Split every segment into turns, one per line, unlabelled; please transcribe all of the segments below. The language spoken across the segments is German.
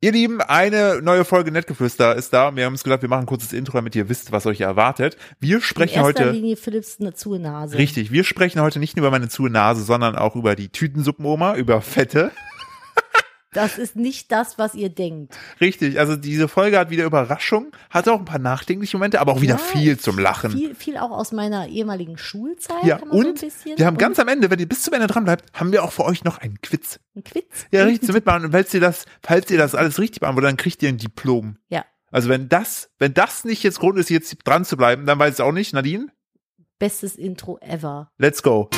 Ihr Lieben, eine neue Folge Nettgeflüster ist da. Wir haben uns gedacht, wir machen ein kurzes Intro, damit ihr wisst, was euch erwartet. Wir sprechen
In erster
heute.
Linie Philips eine zu Nase.
Richtig, wir sprechen heute nicht nur über meine zuhe Nase, sondern auch über die Tütensuppenoma, über Fette.
Das ist nicht das, was ihr denkt.
Richtig, also diese Folge hat wieder Überraschung, hatte auch ein paar nachdenkliche Momente, aber auch wieder
Ja,
viel zum Lachen.
Viel, viel auch aus meiner ehemaligen Schulzeit.
ja,
kann man so
und
ein bisschen.
wir haben ganz
und
am Ende, wenn ihr bis zum Ende dran bleibt, haben wir auch für euch noch einen Quiz.
ein Quiz.
Ja, richtig zum Mitmachen. Und falls ihr das, falls ihr das alles richtig beantwortet, dann kriegt ihr ein Diplom.
Ja.
Also wenn das, wenn das nicht jetzt Grund ist, jetzt dran zu bleiben, dann weiß ich auch nicht. Nadine,
Bestes Intro ever.
let's go.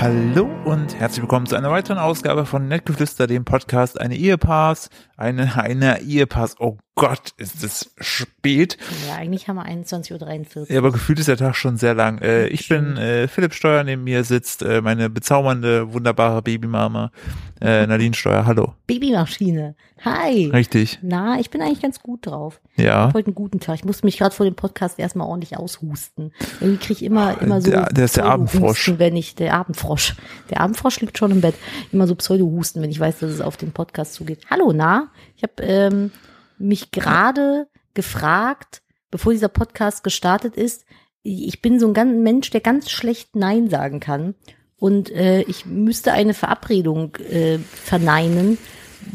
Hallo und herzlich willkommen zu einer weiteren Ausgabe von Nettgeflüster, dem Podcast Eine Ehepaars, eine, eine Ehepaars. Oh Gott, ist es spät.
Ja, eigentlich haben wir 21.43 Uhr.
Ja, aber gefühlt ist der Tag schon sehr lang. Äh, ich bin äh, Philipp Steuer, neben mir sitzt äh, meine bezaubernde, wunderbare Babymama äh, Nadine Steuer. Hallo.
Babymaschine. Hi.
Richtig.
Na, ich bin eigentlich ganz gut drauf.
Ja.
Ich heute einen guten Tag. Ich musste mich gerade vor dem Podcast erstmal ordentlich aushusten. Irgendwie kriege ich immer, immer so.
Der- der ist der
Pseudo-Husten,
Abendfrosch.
Wenn ich, der Abendfrosch. Der Abendfrosch liegt schon im Bett. Immer so Pseudo-Husten, wenn ich weiß, dass es auf den Podcast zugeht. Hallo, na? Ich habe ähm, mich gerade gefragt, bevor dieser Podcast gestartet ist, ich bin so ein ganz Mensch, der ganz schlecht Nein sagen kann. Und äh, ich müsste eine Verabredung äh, verneinen,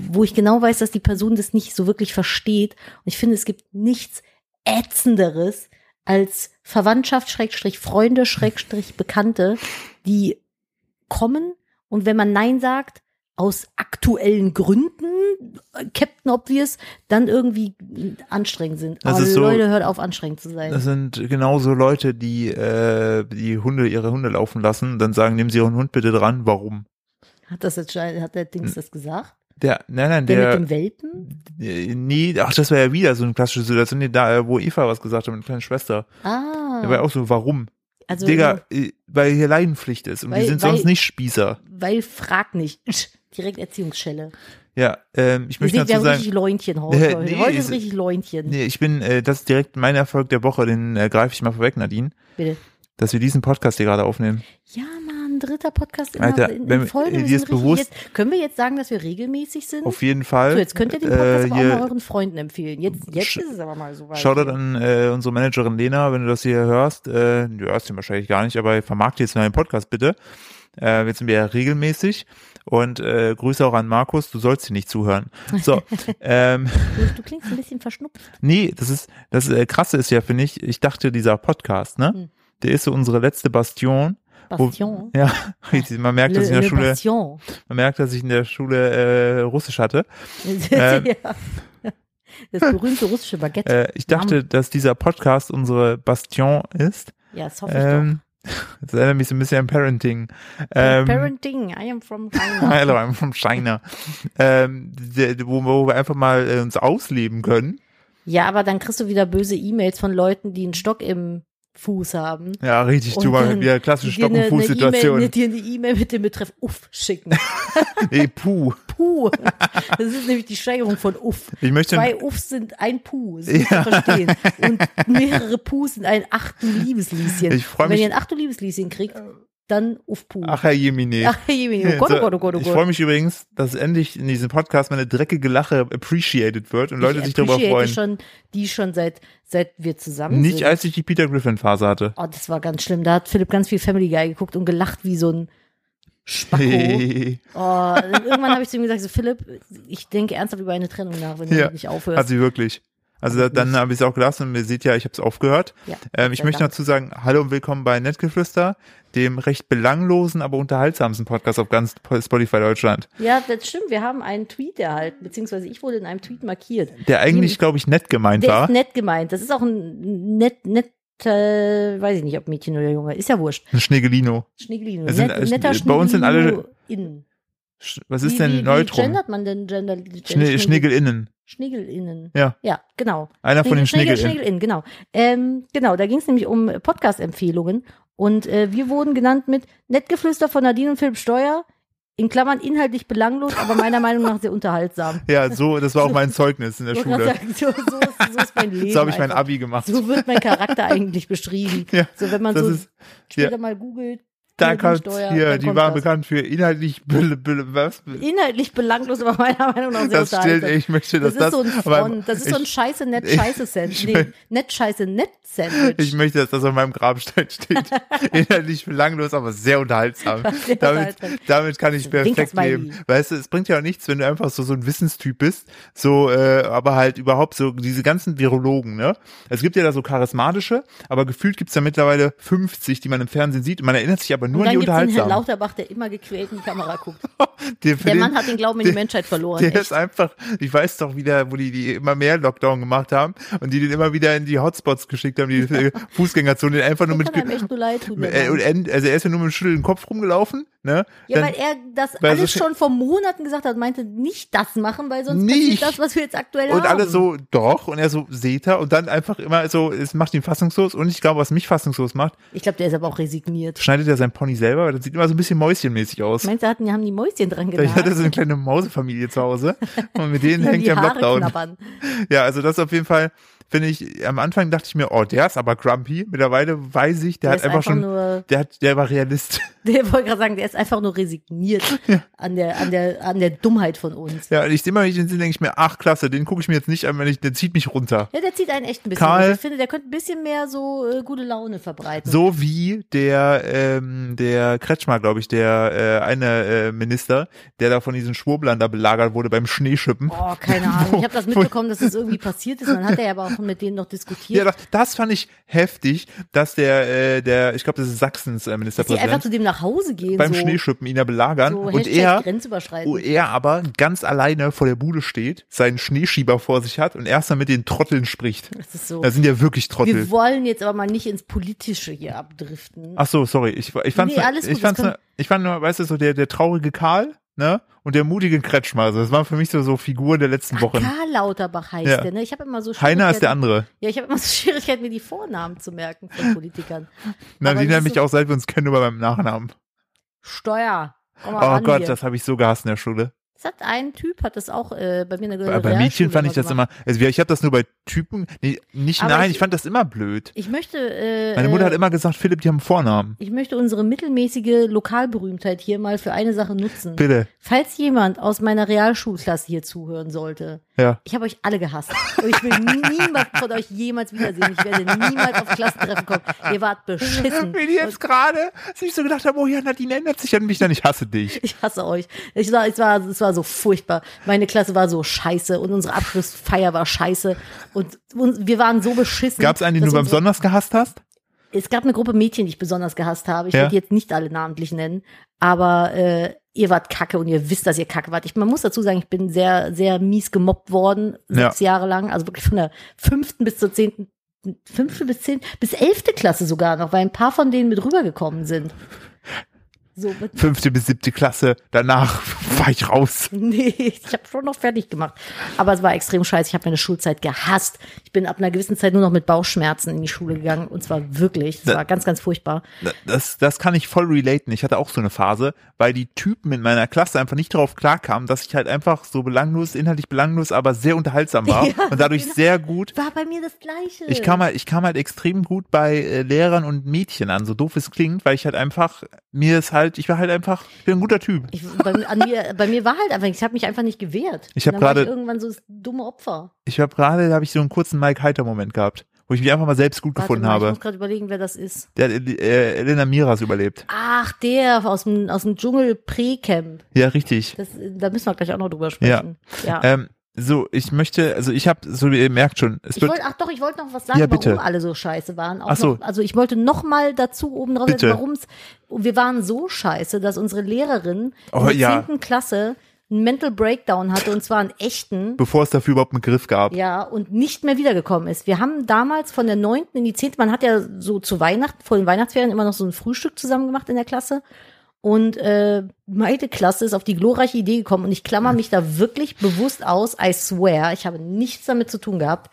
wo ich genau weiß, dass die Person das nicht so wirklich versteht. Und ich finde, es gibt nichts ätzenderes als Verwandtschaft, Schrägstrich, Freunde, Schrägstrich, Bekannte, die kommen und wenn man Nein sagt, aus aktuellen Gründen, äh, Captain Obvious, dann irgendwie äh, anstrengend sind.
Das
Aber
ist so-
Leute, hört auf, anstrengend zu sein.
Das sind genauso Leute, die äh, die Hunde ihre Hunde laufen lassen, dann sagen, nehmen Sie Ihren Hund bitte dran. Warum?
Hat das jetzt schon- hat der Dings das gesagt?
Der, nein, nein,
Der,
der,
mit dem Welpen?
äh, nee, ach, das war ja wieder so eine klassische Situation, die da, äh, wo Eva was gesagt hat mit kleiner Schwester. Der war ja
Ah,
auch so, warum?
also
Digga, äh, weil hier Leidenpflicht ist und die
Weil-
sind
weil-
sonst nicht Spießer.
weil frag nicht. Direkt Erziehungsschelle.
Ja, ähm, ich
Wir
möchte
sehen, wir
dazu
haben
sagen,
richtig Läunchen heute.
Äh, nee,
heute
ist-
ist richtig Läunchen.
Nee, ich bin, äh, das ist direkt mein Erfolg der Woche, den äh, greife ich mal vorweg, Nadine,
Bitte.
dass wir diesen Podcast hier gerade aufnehmen.
Ja, Mann, dritter Podcast immer
Alter,
in,
wenn
in
wir-
Folge.
dir
Wir
ist
sind richtig-
bewusst-
jetzt, können wir jetzt sagen, dass wir regelmäßig sind?
Auf jeden Fall. äh,
so, jetzt könnt ihr den Podcast aber auch mal
hier,
euren Freunden empfehlen. Jetzt, jetzt
Sch-
ist es aber mal so weit.
Shoutout an äh, unsere Managerin Lena, wenn du das hier hörst. Äh, du hörst ihn wahrscheinlich gar nicht, aber vermarkt jetzt mal den Podcast bitte. Äh, jetzt sind wir ja regelmäßig. Und äh, Grüße auch an Markus, du sollst hier nicht zuhören. So, ähm,
Du, du klingst ein bisschen verschnupft.
Nee, das ist, das äh, krasse ist ja, finde ich, ich dachte, dieser Podcast, ne?
Hm.
Der ist so unsere letzte Bastion. wo-
Bastion.
Ja, richtig. Man merkt, dass ich in der Schule,
Bastion.
man merkt, dass ich in der Schule äh, Russisch hatte. Ähm.
ja. Das berühmte russische Baguette.
Äh, ich dachte, dass dieser Podcast unsere Bastion ist.
ja, das hoffe ich doch.
Ähm, das erinnert mich so ein bisschen an Parenting. Ähm,
Parenting, I am from China.
Hello, I'm from China. ähm, der, wo, wo wir einfach mal äh, uns ausleben können.
ja, aber dann kriegst du wieder böse E-Mails von Leuten, die einen Stock im Fuß haben.
Ja, richtig.
Und
Du mal
dann
wieder klassische
dir
Stock- und
eine- eine E-Mail-
Fußsituation.
Dir eine E-Mail mit dem Betreff Uff schicken.
Nee, puh.
Puh. Das ist nämlich die Steigerung von Uff.
Ich möchte,
Zwei Uffs sind ein Puh, das muss man verstehen. Und mehrere Puhs sind ein achten Liebeslieschen.
Ich freu
Und Wenn
mich-
ihr ein achten Liebeslieschen kriegt, dann Uff Puh.
ach Herr Jemine.
Ach, Jemine. oh Gott, oh Gott, oh Gott, oh
Ich freue
Gott.
mich übrigens, dass endlich in diesem Podcast meine dreckige Lache appreciated wird und Leute
Ich
sich darüber
appreciate
freuen.
Schon, die schon seit, seit wir zusammen
Nicht
sind.
als ich die Peter Griffin Phase hatte.
Oh, das war ganz schlimm. Da hat Philipp ganz viel Family Guy geguckt und gelacht wie so ein Spacko.
hat
Oh, irgendwann habe ich zu ihm gesagt, so, Philipp, ich denke ernsthaft über eine Trennung nach, wenn du
Ja.
damit nicht aufhörst.
sie wirklich. Also da, dann habe ich es auch gelassen und ihr seht ja, ich habe es aufgehört.
Ja,
ähm, ich
sehr
möchte
Dank.
dazu sagen, hallo und willkommen bei Nettgeflüster, dem recht belanglosen, aber unterhaltsamsten Podcast auf ganz Spotify Deutschland.
Ja, das stimmt. Wir haben einen Tweet erhalten, beziehungsweise ich wurde in einem Tweet markiert.
Der
Hm.
eigentlich, glaube ich, nett gemeint
Der
war.
ist nett gemeint. Das ist auch ein nett, nett, äh, weiß ich nicht, ob Mädchen oder Junge. Ist ja wurscht.
Ein Schneegelino.
Schneeglino.
Es sind-
Net,
es-
netter
bei uns sind alle-
Innen.
Sch- Was
wie,
ist
wie,
denn
Wie
Neutrum?
gendert man denn Gender?
Schne Schneegelinnen.
Schneegelinnen.
Ja.
Ja, genau.
Einer von den
Schneegel-
Schneegelinnen.
Schneegelinnen, genau. Ähm, genau, da ging es nämlich um Podcast-Empfehlungen. Und äh, wir wurden genannt mit Nettgeflüster von Nadine und Philipp Steuer. In Klammern inhaltlich belanglos, aber meiner Meinung nach sehr unterhaltsam.
Ja, so, das war auch mein Zeugnis in der
Ich wollte
Schule.
gerade Sagen, so, so, ist, so ist mein Leben.
So habe ich mein
einfach.
Abi gemacht.
So wird mein Charakter eigentlich beschrieben.
Ja,
so, wenn man
das
so
ist-
später mal googelt,
Da
kommt
kommt hier,
da
die
kommt
waren
das.
bekannt für inhaltlich bl- bl- was?
Inhaltlich belanglos, aber meiner Meinung nach sehr
Das stillt,
unterhaltsam.
ich möchte, dass
Das
das,
ist so ein
aber
Front, das ist so ein scheiße nett
ich-
scheiße Sandwich.
ich-
Nee, nett scheiße nett Sandwich.
Ich möchte, dass das auf meinem Grabstein steht. Inhaltlich belanglos, aber sehr unterhaltsam.
Sehr
damit,
unterhaltsam.
damit kann ich
Winkersmiley.
perfekt leben. Weißt du, es bringt ja auch nichts, wenn du einfach so, so ein Wissenstyp bist, so, äh, aber halt überhaupt so diese ganzen Virologen, ne? Es gibt ja da so charismatische, aber gefühlt gibt's da mittlerweile 50, die man im Fernsehen sieht. Man erinnert sich aber nur
Und
an die
dann gibt es den Herrn
unterhaltsamen.
Lauterbach, der immer gequält in die Kamera guckt.
Der, für
Der
den-
Mann hat den Glauben in die
der-
Menschheit verloren.
Der
echt.
ist einfach, ich weiß doch wieder, wo die, die immer mehr Lockdown gemacht haben und die den immer wieder in die Hotspots geschickt haben, die äh, Fußgängerzone, den einfach nur mit,
Kann einem echt nur leid tun. der
äh, und
Mann.
end- also er ist ja nur mit dem schüttelnden Kopf rumgelaufen, ne?
Ja,
Dann-
weil er das
weil
alles
so-
schon vor Monaten gesagt hat, meinte, nicht das machen, weil sonst
Nicht.
passiert das, was wir jetzt aktuell haben.
und alle so, doch, und er so, seht er, und dann einfach immer so, es macht ihn fassungslos, und ich glaube, was mich fassungslos macht,
Ich glaube, der ist aber auch resigniert.
schneidet er sein Pony selber, weil das sieht immer so ein bisschen mäuschenmäßig aus.
Meinst du, hatten, haben die Mäuschen dran
Vielleicht hat er
genagt?
so eine kleine Mausefamilie zu Hause, und mit denen
Die in
hängt
die
er im
Haare
Lockdown.
knabbern.
Ja, also das auf jeden Fall finde ich, am Anfang dachte ich mir, oh, der ist aber grumpy. Mittlerweile weiß ich, der,
Der
hat
ist
einfach
einfach
schon,
nur-
der hat, der war Realist.
Der wollte gerade sagen, der ist einfach nur resigniert an, der, an, der, an der Dummheit von uns.
Ja, und ich immer wenn ich den Sinn denke ich mir, ach klasse, den gucke ich mir jetzt nicht an, wenn ich, der zieht mich runter.
Ja, der zieht einen echt ein bisschen.
Karl-
runter. ich finde, der könnte ein bisschen mehr so äh, gute Laune verbreiten.
So wie der, ähm, der Kretschmer, glaube ich, der äh, eine äh, Minister, der da von diesen Schwurblern da belagert wurde beim Schneeschippen.
Oh, keine Ahnung. Ich habe das mitbekommen, dass das irgendwie passiert ist. Und dann hat er aber auch mit denen noch
Ja,
diskutiert.
das, das fand ich heftig, dass der, äh, der, ich glaube, das ist Sachsens äh,
dass die einfach
Ministerpräsident,
zu dem nach Hause gehen.
beim
so,
Schneeschippen ihn da belagern
so
und
Hashtag
er
grenzüberschreitend.
Wo er aber ganz alleine vor der Bude steht, seinen Schneeschieber vor sich hat und erst mal mit den Trotteln spricht.
Das ist so.
Da sind ja wirklich Trottel.
Wir wollen jetzt aber mal nicht ins Politische hier abdriften.
Ach so, sorry. Ich, ich fand's, ne,
Nee, alles gut,
ich, fand's
das kann-
ich fand nur, weißt du, so der, der traurige Karl, ne? Und der mutige Kretschmer. Also das waren für mich so, so Figuren der letzten Wochen.
Karl Lauterbach heißt
Ja.
der, ne? Ich habe immer so
Heiner ist der
Schwierigkeiten-
andere.
Ja, ich habe immer so Schwierigkeiten, mir die Vornamen zu merken von Politikern.
Na,
Aber
die
das
nennen mich
ist so-
auch, seit wir uns kennen, über meinem Nachnamen.
Steuer. Komm mal
Oh
ran
Gott,
hier.
das habe ich so gehasst in der Schule.
Das hat ein Typ, hat das auch äh, bei mir in der
Bei, bei Mädchen
Realschule
fand ich das
gemacht.
immer, also wir- ich habe das nur bei Typen, nee, nicht,
Aber
nein,
ich-
ich fand das immer blöd.
Ich möchte, äh,
Meine Mutter
äh,
hat immer gesagt, Philipp, die haben einen Vornamen.
ich möchte unsere mittelmäßige Lokalberühmtheit hier mal für eine Sache nutzen.
Bitte.
Falls jemand aus meiner Realschulklasse hier zuhören sollte,
Ja.
ich habe euch alle gehasst. Und ich will niemanden von euch jemals wiedersehen. Ich werde niemals auf Klassentreffen kommen. Ihr wart beschissen.
Wie die jetzt gerade sich so gedacht haben, oh ja, Nadine ändert sich an mich, dann ich hasse dich.
Ich hasse euch. Ich sag, es war, es war so furchtbar. Meine Klasse war so scheiße und unsere Abschlussfeier war scheiße. Und, uns- wir waren so beschissen.
Gab es einen, den
dass
du beim
unsere-
Sonners gehasst hast?
Es gab eine Gruppe Mädchen, die ich besonders gehasst habe. Ich
Ja.
will die jetzt nicht alle namentlich nennen, aber äh, ihr wart kacke und ihr wisst, dass ihr kacke wart. Ich, man muss dazu sagen, ich bin sehr, sehr mies gemobbt worden, sechs Jahre lang. Also wirklich von der fünften bis zur zehnten, fünfte bis zehnten, bis elfte Klasse sogar noch, weil ein paar von denen mit rübergekommen sind. So, mit,
Fünfte bis siebte Klasse, danach war ich raus.
Nee, ich habe schon noch fertig gemacht. Aber es war extrem scheiße. Ich habe meine Schulzeit gehasst. Ich bin ab einer gewissen Zeit nur noch mit Bauchschmerzen in die Schule gegangen. Und zwar wirklich. Das war ganz, ganz furchtbar.
Das, das kann ich voll relaten. Ich hatte auch so eine Phase, weil die Typen in meiner Klasse einfach nicht darauf klarkamen, dass ich halt einfach so belanglos, inhaltlich belanglos, aber sehr unterhaltsam war
Ja,
und dadurch
genau.
sehr gut.
War bei mir das Gleiche.
Ich kam halt, ich kam halt extrem gut bei äh, Lehrern und Mädchen an, so doof es klingt, weil ich halt einfach, mir ist halt, ich war halt einfach, ich bin ein guter Typ.
Ich, bei, an mir, bei mir war halt einfach, ich habe mich einfach nicht gewehrt.
Ich hab
Und dann war
gerade-
irgendwann so das dumme Opfer.
Ich habe gerade, da habe ich so einen kurzen Mike Heiter Moment gehabt, wo ich mich einfach mal selbst gut
Warte
gefunden
mal, Ich
habe.
muss gerade überlegen, wer das ist.
Der hat äh, Elena Miras überlebt.
Ach, der aus dem, aus dem Dschungel Pre-Camp.
Ja, richtig.
Das, da müssen wir gleich auch noch drüber sprechen. Ja.
Ähm, so, ich möchte, also ich habe, so wie ihr merkt schon, es
Ich
wird,
wollte, ach doch, ich wollte noch was sagen,
Ja, bitte.
warum alle so scheiße waren. Auch
Ach so.
Noch, also ich wollte noch mal dazu oben drauf setzen,
Bitte.
warum's. Wir waren so scheiße, dass unsere Lehrerin
Oh,
in der
ja.
10. Klasse einen Mental Breakdown hatte und zwar einen echten.
bevor es dafür überhaupt einen Griff gab.
Ja, und nicht mehr wiedergekommen ist. Wir haben damals von der neunten in die zehnte, man hat ja so zu Weihnachten, vor den Weihnachtsferien immer noch so ein Frühstück zusammen gemacht in der Klasse. Und äh, meine Klasse ist auf die glorreiche Idee gekommen und ich klammer mich da wirklich bewusst aus, I swear, ich habe nichts damit zu tun gehabt.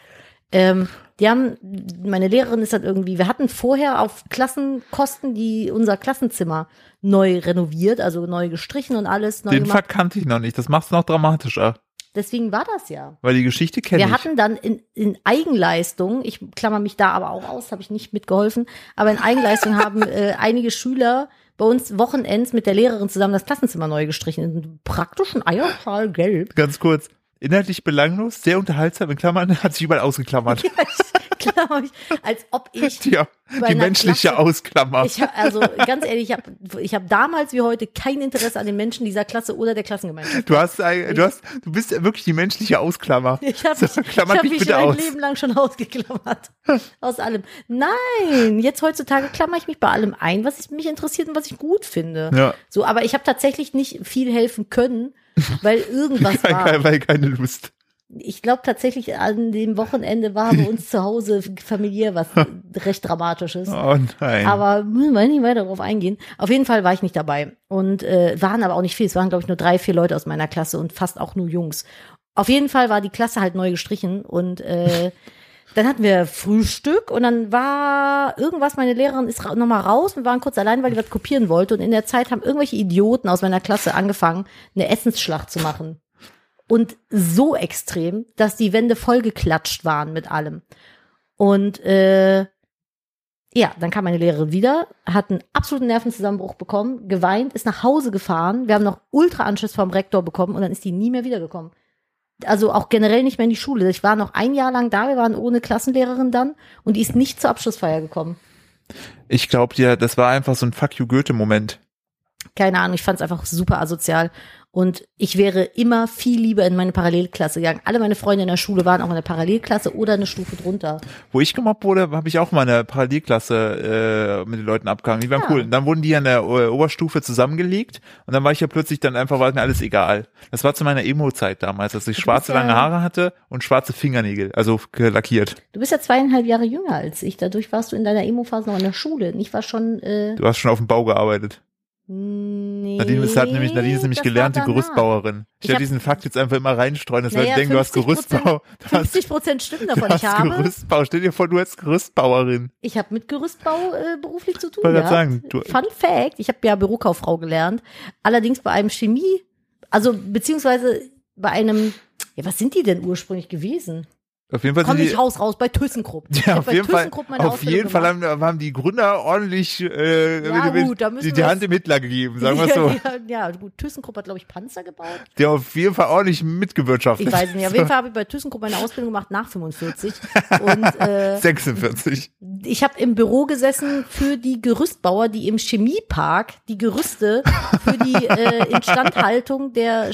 Ähm, die haben, meine Lehrerin ist halt irgendwie, wir hatten vorher auf Klassenkosten die unser Klassenzimmer neu renoviert, also neu gestrichen und alles neu
Den
gemacht.
Fakt kannte ich noch nicht. Das macht es noch dramatischer,
Deswegen war das ja.
weil die Geschichte kenne
Wir
ich.
hatten dann in, in Eigenleistung, ich klammer mich da aber auch aus, habe ich nicht mitgeholfen, aber in Eigenleistung haben äh, einige Schüler bei uns Wochenends mit der Lehrerin zusammen das Klassenzimmer neu gestrichen. Praktisch ein Eierschal gelb.
Ganz kurz. Inhaltlich belanglos, sehr unterhaltsam, in Klammern, hat sich überall ausgeklammert.
Ja, ich glaube, ich, als ob ich
Ja,
Bei
die
einer
menschliche
Klasse-
Ausklammer.
Ich hab, also ganz ehrlich, ich habe ich hab damals wie heute kein Interesse an den Menschen dieser Klasse oder der Klassengemeinschaft.
Du hast, ein- du hast, du bist wirklich die menschliche Ausklammer.
Ich habe
So,
mich, ich
klammer
hab
mich
mich
bitte
mein
aus.
Leben lang schon ausgeklammert. Aus allem. Nein, jetzt heutzutage klammer ich mich bei allem ein, was ich, mich interessiert und was ich gut finde.
Ja.
So, aber ich habe tatsächlich nicht viel helfen können, weil irgendwas
Weil,
war.
weil, weil keine Lust.
Ich glaube tatsächlich, an dem Wochenende war bei uns zu Hause familiär was recht Dramatisches.
Oh nein.
Aber müssen wir nicht weiter darauf eingehen. Auf jeden Fall war ich nicht dabei. Und äh, waren aber auch nicht viel. Es waren, glaube ich, nur drei, vier Leute aus meiner Klasse und fast auch nur Jungs. Auf jeden Fall war die Klasse halt neu gestrichen und äh, dann hatten wir Frühstück und dann war irgendwas, meine Lehrerin ist ra- nochmal raus und waren kurz allein, weil die was kopieren wollte. Und in der Zeit haben irgendwelche Idioten aus meiner Klasse angefangen, eine Essensschlacht zu machen. Und so extrem, dass die Wände vollgeklatscht waren mit allem. Und äh, ja, dann kam meine Lehrerin wieder, hat einen absoluten Nervenzusammenbruch bekommen, geweint, ist nach Hause gefahren. Wir haben noch Ultra-Anschiss vom Rektor bekommen und dann ist die nie mehr wiedergekommen. Also auch generell nicht mehr in die Schule. Ich war noch ein Jahr lang da, wir waren ohne Klassenlehrerin dann und die ist nicht zur Abschlussfeier gekommen.
ich glaube dir, das war einfach so ein Fuck you Goethe-Moment.
Keine Ahnung, ich fand es einfach super asozial. Und ich wäre immer viel lieber in meine Parallelklasse gegangen. Alle meine Freunde in der Schule waren auch in der Parallelklasse oder eine Stufe drunter.
Wo ich gemobbt wurde, habe ich auch mal eine Parallelklasse äh, mit den Leuten abgehangen. Die waren
Ah.
cool. Und dann wurden die an der äh, Oberstufe zusammengelegt und dann war ich ja plötzlich dann einfach, war mir alles egal. Das war zu meiner Emo-Zeit damals, dass ich schwarze
ja-
lange Haare hatte und schwarze Fingernägel, also äh, lackiert.
Du bist ja zweieinhalb Jahre jünger als ich. Dadurch warst du in deiner Emo-Phase noch in der Schule. Und Ich war schon äh,
Du hast schon auf dem Bau gearbeitet.
Nee.
Nadine ist, hat nämlich, Nadine ist nämlich
das war
gelernte
danach.
Gerüstbauerin. Ich,
Ich
werde
hab-
diesen Fakt jetzt einfach immer reinstreuen, dass
Naja,
Leute denken, du hast
50%
Gerüstbau. Du hast,
50 Prozent stimmen
du
davon.
hast
Ich habe,
Gerüstbau. Stell dir vor, du hast Gerüstbauerin.
ich habe mit Gerüstbau äh, beruflich zu tun.
Wollte
Gehabt.
gerade sagen, du-
Fun Fact: Ich habe ja Bürokauffrau gelernt. Allerdings bei einem Chemie, also beziehungsweise bei einem, ja, was sind die denn ursprünglich gewesen?
Auf jeden Fall
Komm
sind Also die,
nicht raus, raus bei ThyssenKrupp. Ich
ja,
hab
auf
bei
jeden Fall,
ThyssenKrupp meine
auf
Ausbildung
jeden Fall
gemacht.
haben, haben die Gründer ordentlich, äh,
Ja,
die-
gut, da müssen
die, die
wir
Hand
es-
im Hitler gegeben, sagen wir es so.
Ja, ja, gut, ThyssenKrupp hat glaube ich Panzer gebaut.
Die haben auf jeden Fall ordentlich mitgewirtschaftet.
Ich weiß nicht. Auf jeden Fall habe ich bei ThyssenKrupp meine Ausbildung gemacht nach 45 und äh,
46.
ich habe im Büro gesessen für die Gerüstbauer, die im Chemiepark die Gerüste für die äh, Instandhaltung der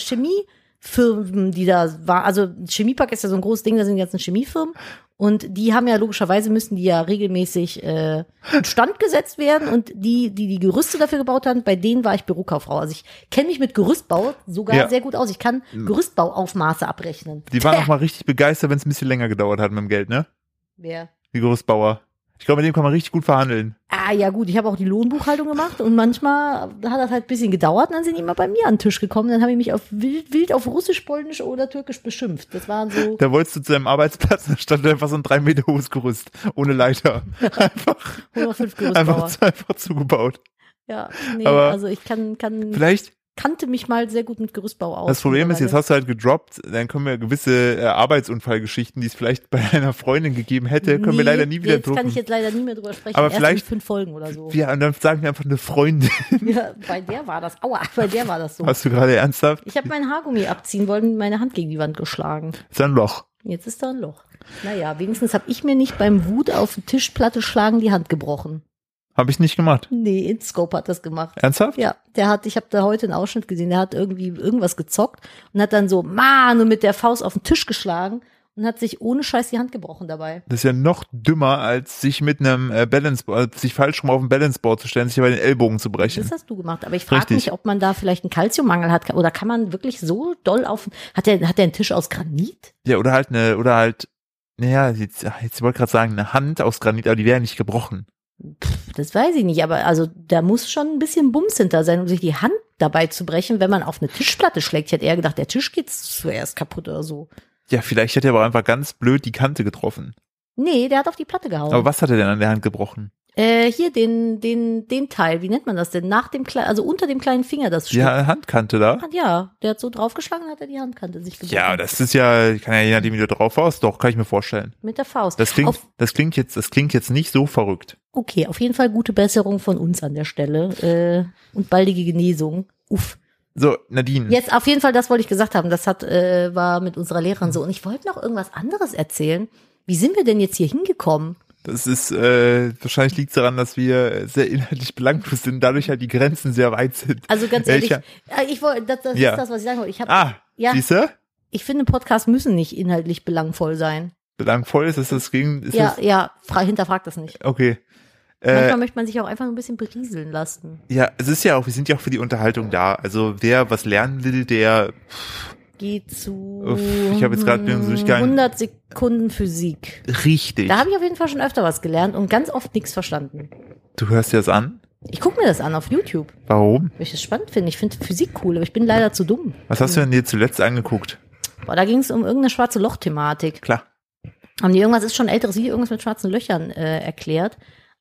Chemiefirmen, die da war. Also Chemiepark ist ja so ein großes Ding, da sind die ganzen Chemiefirmen. Und die haben ja logischerweise müssen die ja regelmäßig äh, instand gesetzt werden. Und die, die die Gerüste dafür gebaut haben, bei denen war ich Bürokauffrau. Also ich kenne mich mit Gerüstbau sogar
Ja. Hm.
sehr gut aus. Ich kann Gerüstbauaufmaße abrechnen.
Die waren auch mal richtig begeistert, wenn es ein bisschen länger gedauert hat mit dem Geld, ne?
Wer?
Die Gerüstbauer. Ich glaube, mit dem kann man richtig gut verhandeln.
Ah, ja gut, ich habe auch die Lohnbuchhaltung gemacht und manchmal hat das halt ein bisschen gedauert und dann sind die immer bei mir an den Tisch gekommen. Dann habe ich mich auf wild, wild auf Russisch, Polnisch oder Türkisch beschimpft. Das waren so,
Da wolltest du zu deinem Arbeitsplatz, da stand einfach so ein drei Meter hohes Gerüst, ohne Leiter. Einfach, einfach,
105 Gerüstbauer.
zu- einfach zugebaut.
Ja, nee,
aber
also ich kann, kann,
Vielleicht,
kannte mich mal sehr gut mit Gerüstbau aus.
das Problem ist, jetzt hast du halt gedroppt, dann können wir gewisse äh, Arbeitsunfallgeschichten, die es vielleicht bei einer Freundin gegeben hätte, können wir leider nie wieder
Jetzt kann ich
drucken.
jetzt leider nie mehr drüber sprechen.
Aber
Erst in
vielleicht-
fünf Folgen oder so.
Ja, und dann sagen wir einfach eine Freundin.
Ja, bei der war das, aua, bei der war das so.
Hast du gerade ernsthaft?
Ich habe mein Haargummi abziehen wollen und meine Hand gegen die Wand geschlagen.
Ist ein Loch.
Jetzt ist da ein Loch. Naja, wenigstens habe ich mir nicht beim Wut auf die Tischplatte schlagen die Hand gebrochen.
Habe ich nicht gemacht.
Nee, Inscope hat das gemacht.
Ernsthaft?
Ja, der hat, ich habe da heute einen Ausschnitt gesehen, der hat irgendwie irgendwas gezockt und hat dann so, Mann, und mit der Faust auf den Tisch geschlagen und hat sich ohne Scheiß die Hand gebrochen dabei.
Das ist ja noch dümmer, als sich mit einem äh, Balanceboard, äh, sich falsch rum auf ein Balanceboard zu stellen, sich aber den Ellbogen zu brechen.
Das hast du gemacht. Aber ich frage
Richtig.
mich, ob man da vielleicht einen Kalziummangel hat oder kann man wirklich so doll auf, hat der, hat der einen Tisch aus Granit?
Ja, oder halt eine, oder halt, naja, jetzt, ach, jetzt wollte ich gerade sagen, eine Hand aus Granit, aber die wäre nicht gebrochen.
Das weiß ich nicht, aber also da muss schon ein bisschen Bums hinter sein, um sich die Hand dabei zu brechen, wenn man auf eine Tischplatte schlägt. Ich hätte eher gedacht, der Tisch geht zuerst kaputt oder so.
Ja, vielleicht hat er aber einfach ganz blöd die Kante getroffen.
Nee, der hat auf die Platte gehauen.
Aber was hat er denn an der Hand gebrochen?
Äh, hier den, den, den Teil, wie nennt man das denn? Nach dem kleinen, also unter dem kleinen Finger das Stück.
Ja, Handkante da.
ja, der hat so draufgeschlagen, hat er die Handkante sich gebrochen.
Ja, das ist ja, kann ja je nachdem, wie du drauf warst, doch, kann ich mir vorstellen.
Mit der Faust.
Das klingt,
Auf,
das klingt jetzt, das klingt jetzt nicht so verrückt.
okay, auf jeden Fall gute Besserung von uns an der Stelle äh, und baldige Genesung. Uff.
So, Nadine.
Jetzt auf jeden Fall, das wollte ich gesagt haben. Das hat äh, war mit unserer Lehrerin so. Und ich wollte noch irgendwas anderes erzählen. Wie sind wir denn jetzt hier hingekommen?
Das ist, äh, wahrscheinlich liegt daran, dass wir sehr inhaltlich belanglos sind, dadurch halt die Grenzen sehr weit sind.
Also ganz
Äh,
ehrlich,
ich
ich,
hab-
ich wollte, das, das
Ja.
ist das, was ich sagen wollte. Ich habe,
ah,
ja,
siehst du?
ich finde, Podcasts müssen nicht inhaltlich belangvoll sein.
Belangvoll ist das das gegen, ist
ja,
das,
ja, fra- hinterfrag das nicht.
okay. Äh,
Manchmal möchte man sich auch einfach ein bisschen berieseln lassen.
ja, es ist ja auch, wir sind ja auch für die Unterhaltung da. Also wer was lernen will, der
Geh zu
Uff, ich hab jetzt grad bin so nicht geil.
100 Sekunden Physik.
richtig.
Da habe ich auf jeden Fall schon öfter was gelernt und ganz oft nichts verstanden.
Du hörst dir das an?
Ich gucke mir das an auf YouTube,
Warum?
weil ich das spannend finde. Ich finde Physik cool, aber ich bin leider zu dumm.
Was hast du denn dir zuletzt angeguckt?
Boah, da ging es um irgendeine schwarze Loch-Thematik.
Klar.
Haben die irgendwas, ist schon ein älteres Video, irgendwas mit schwarzen Löchern äh, erklärt.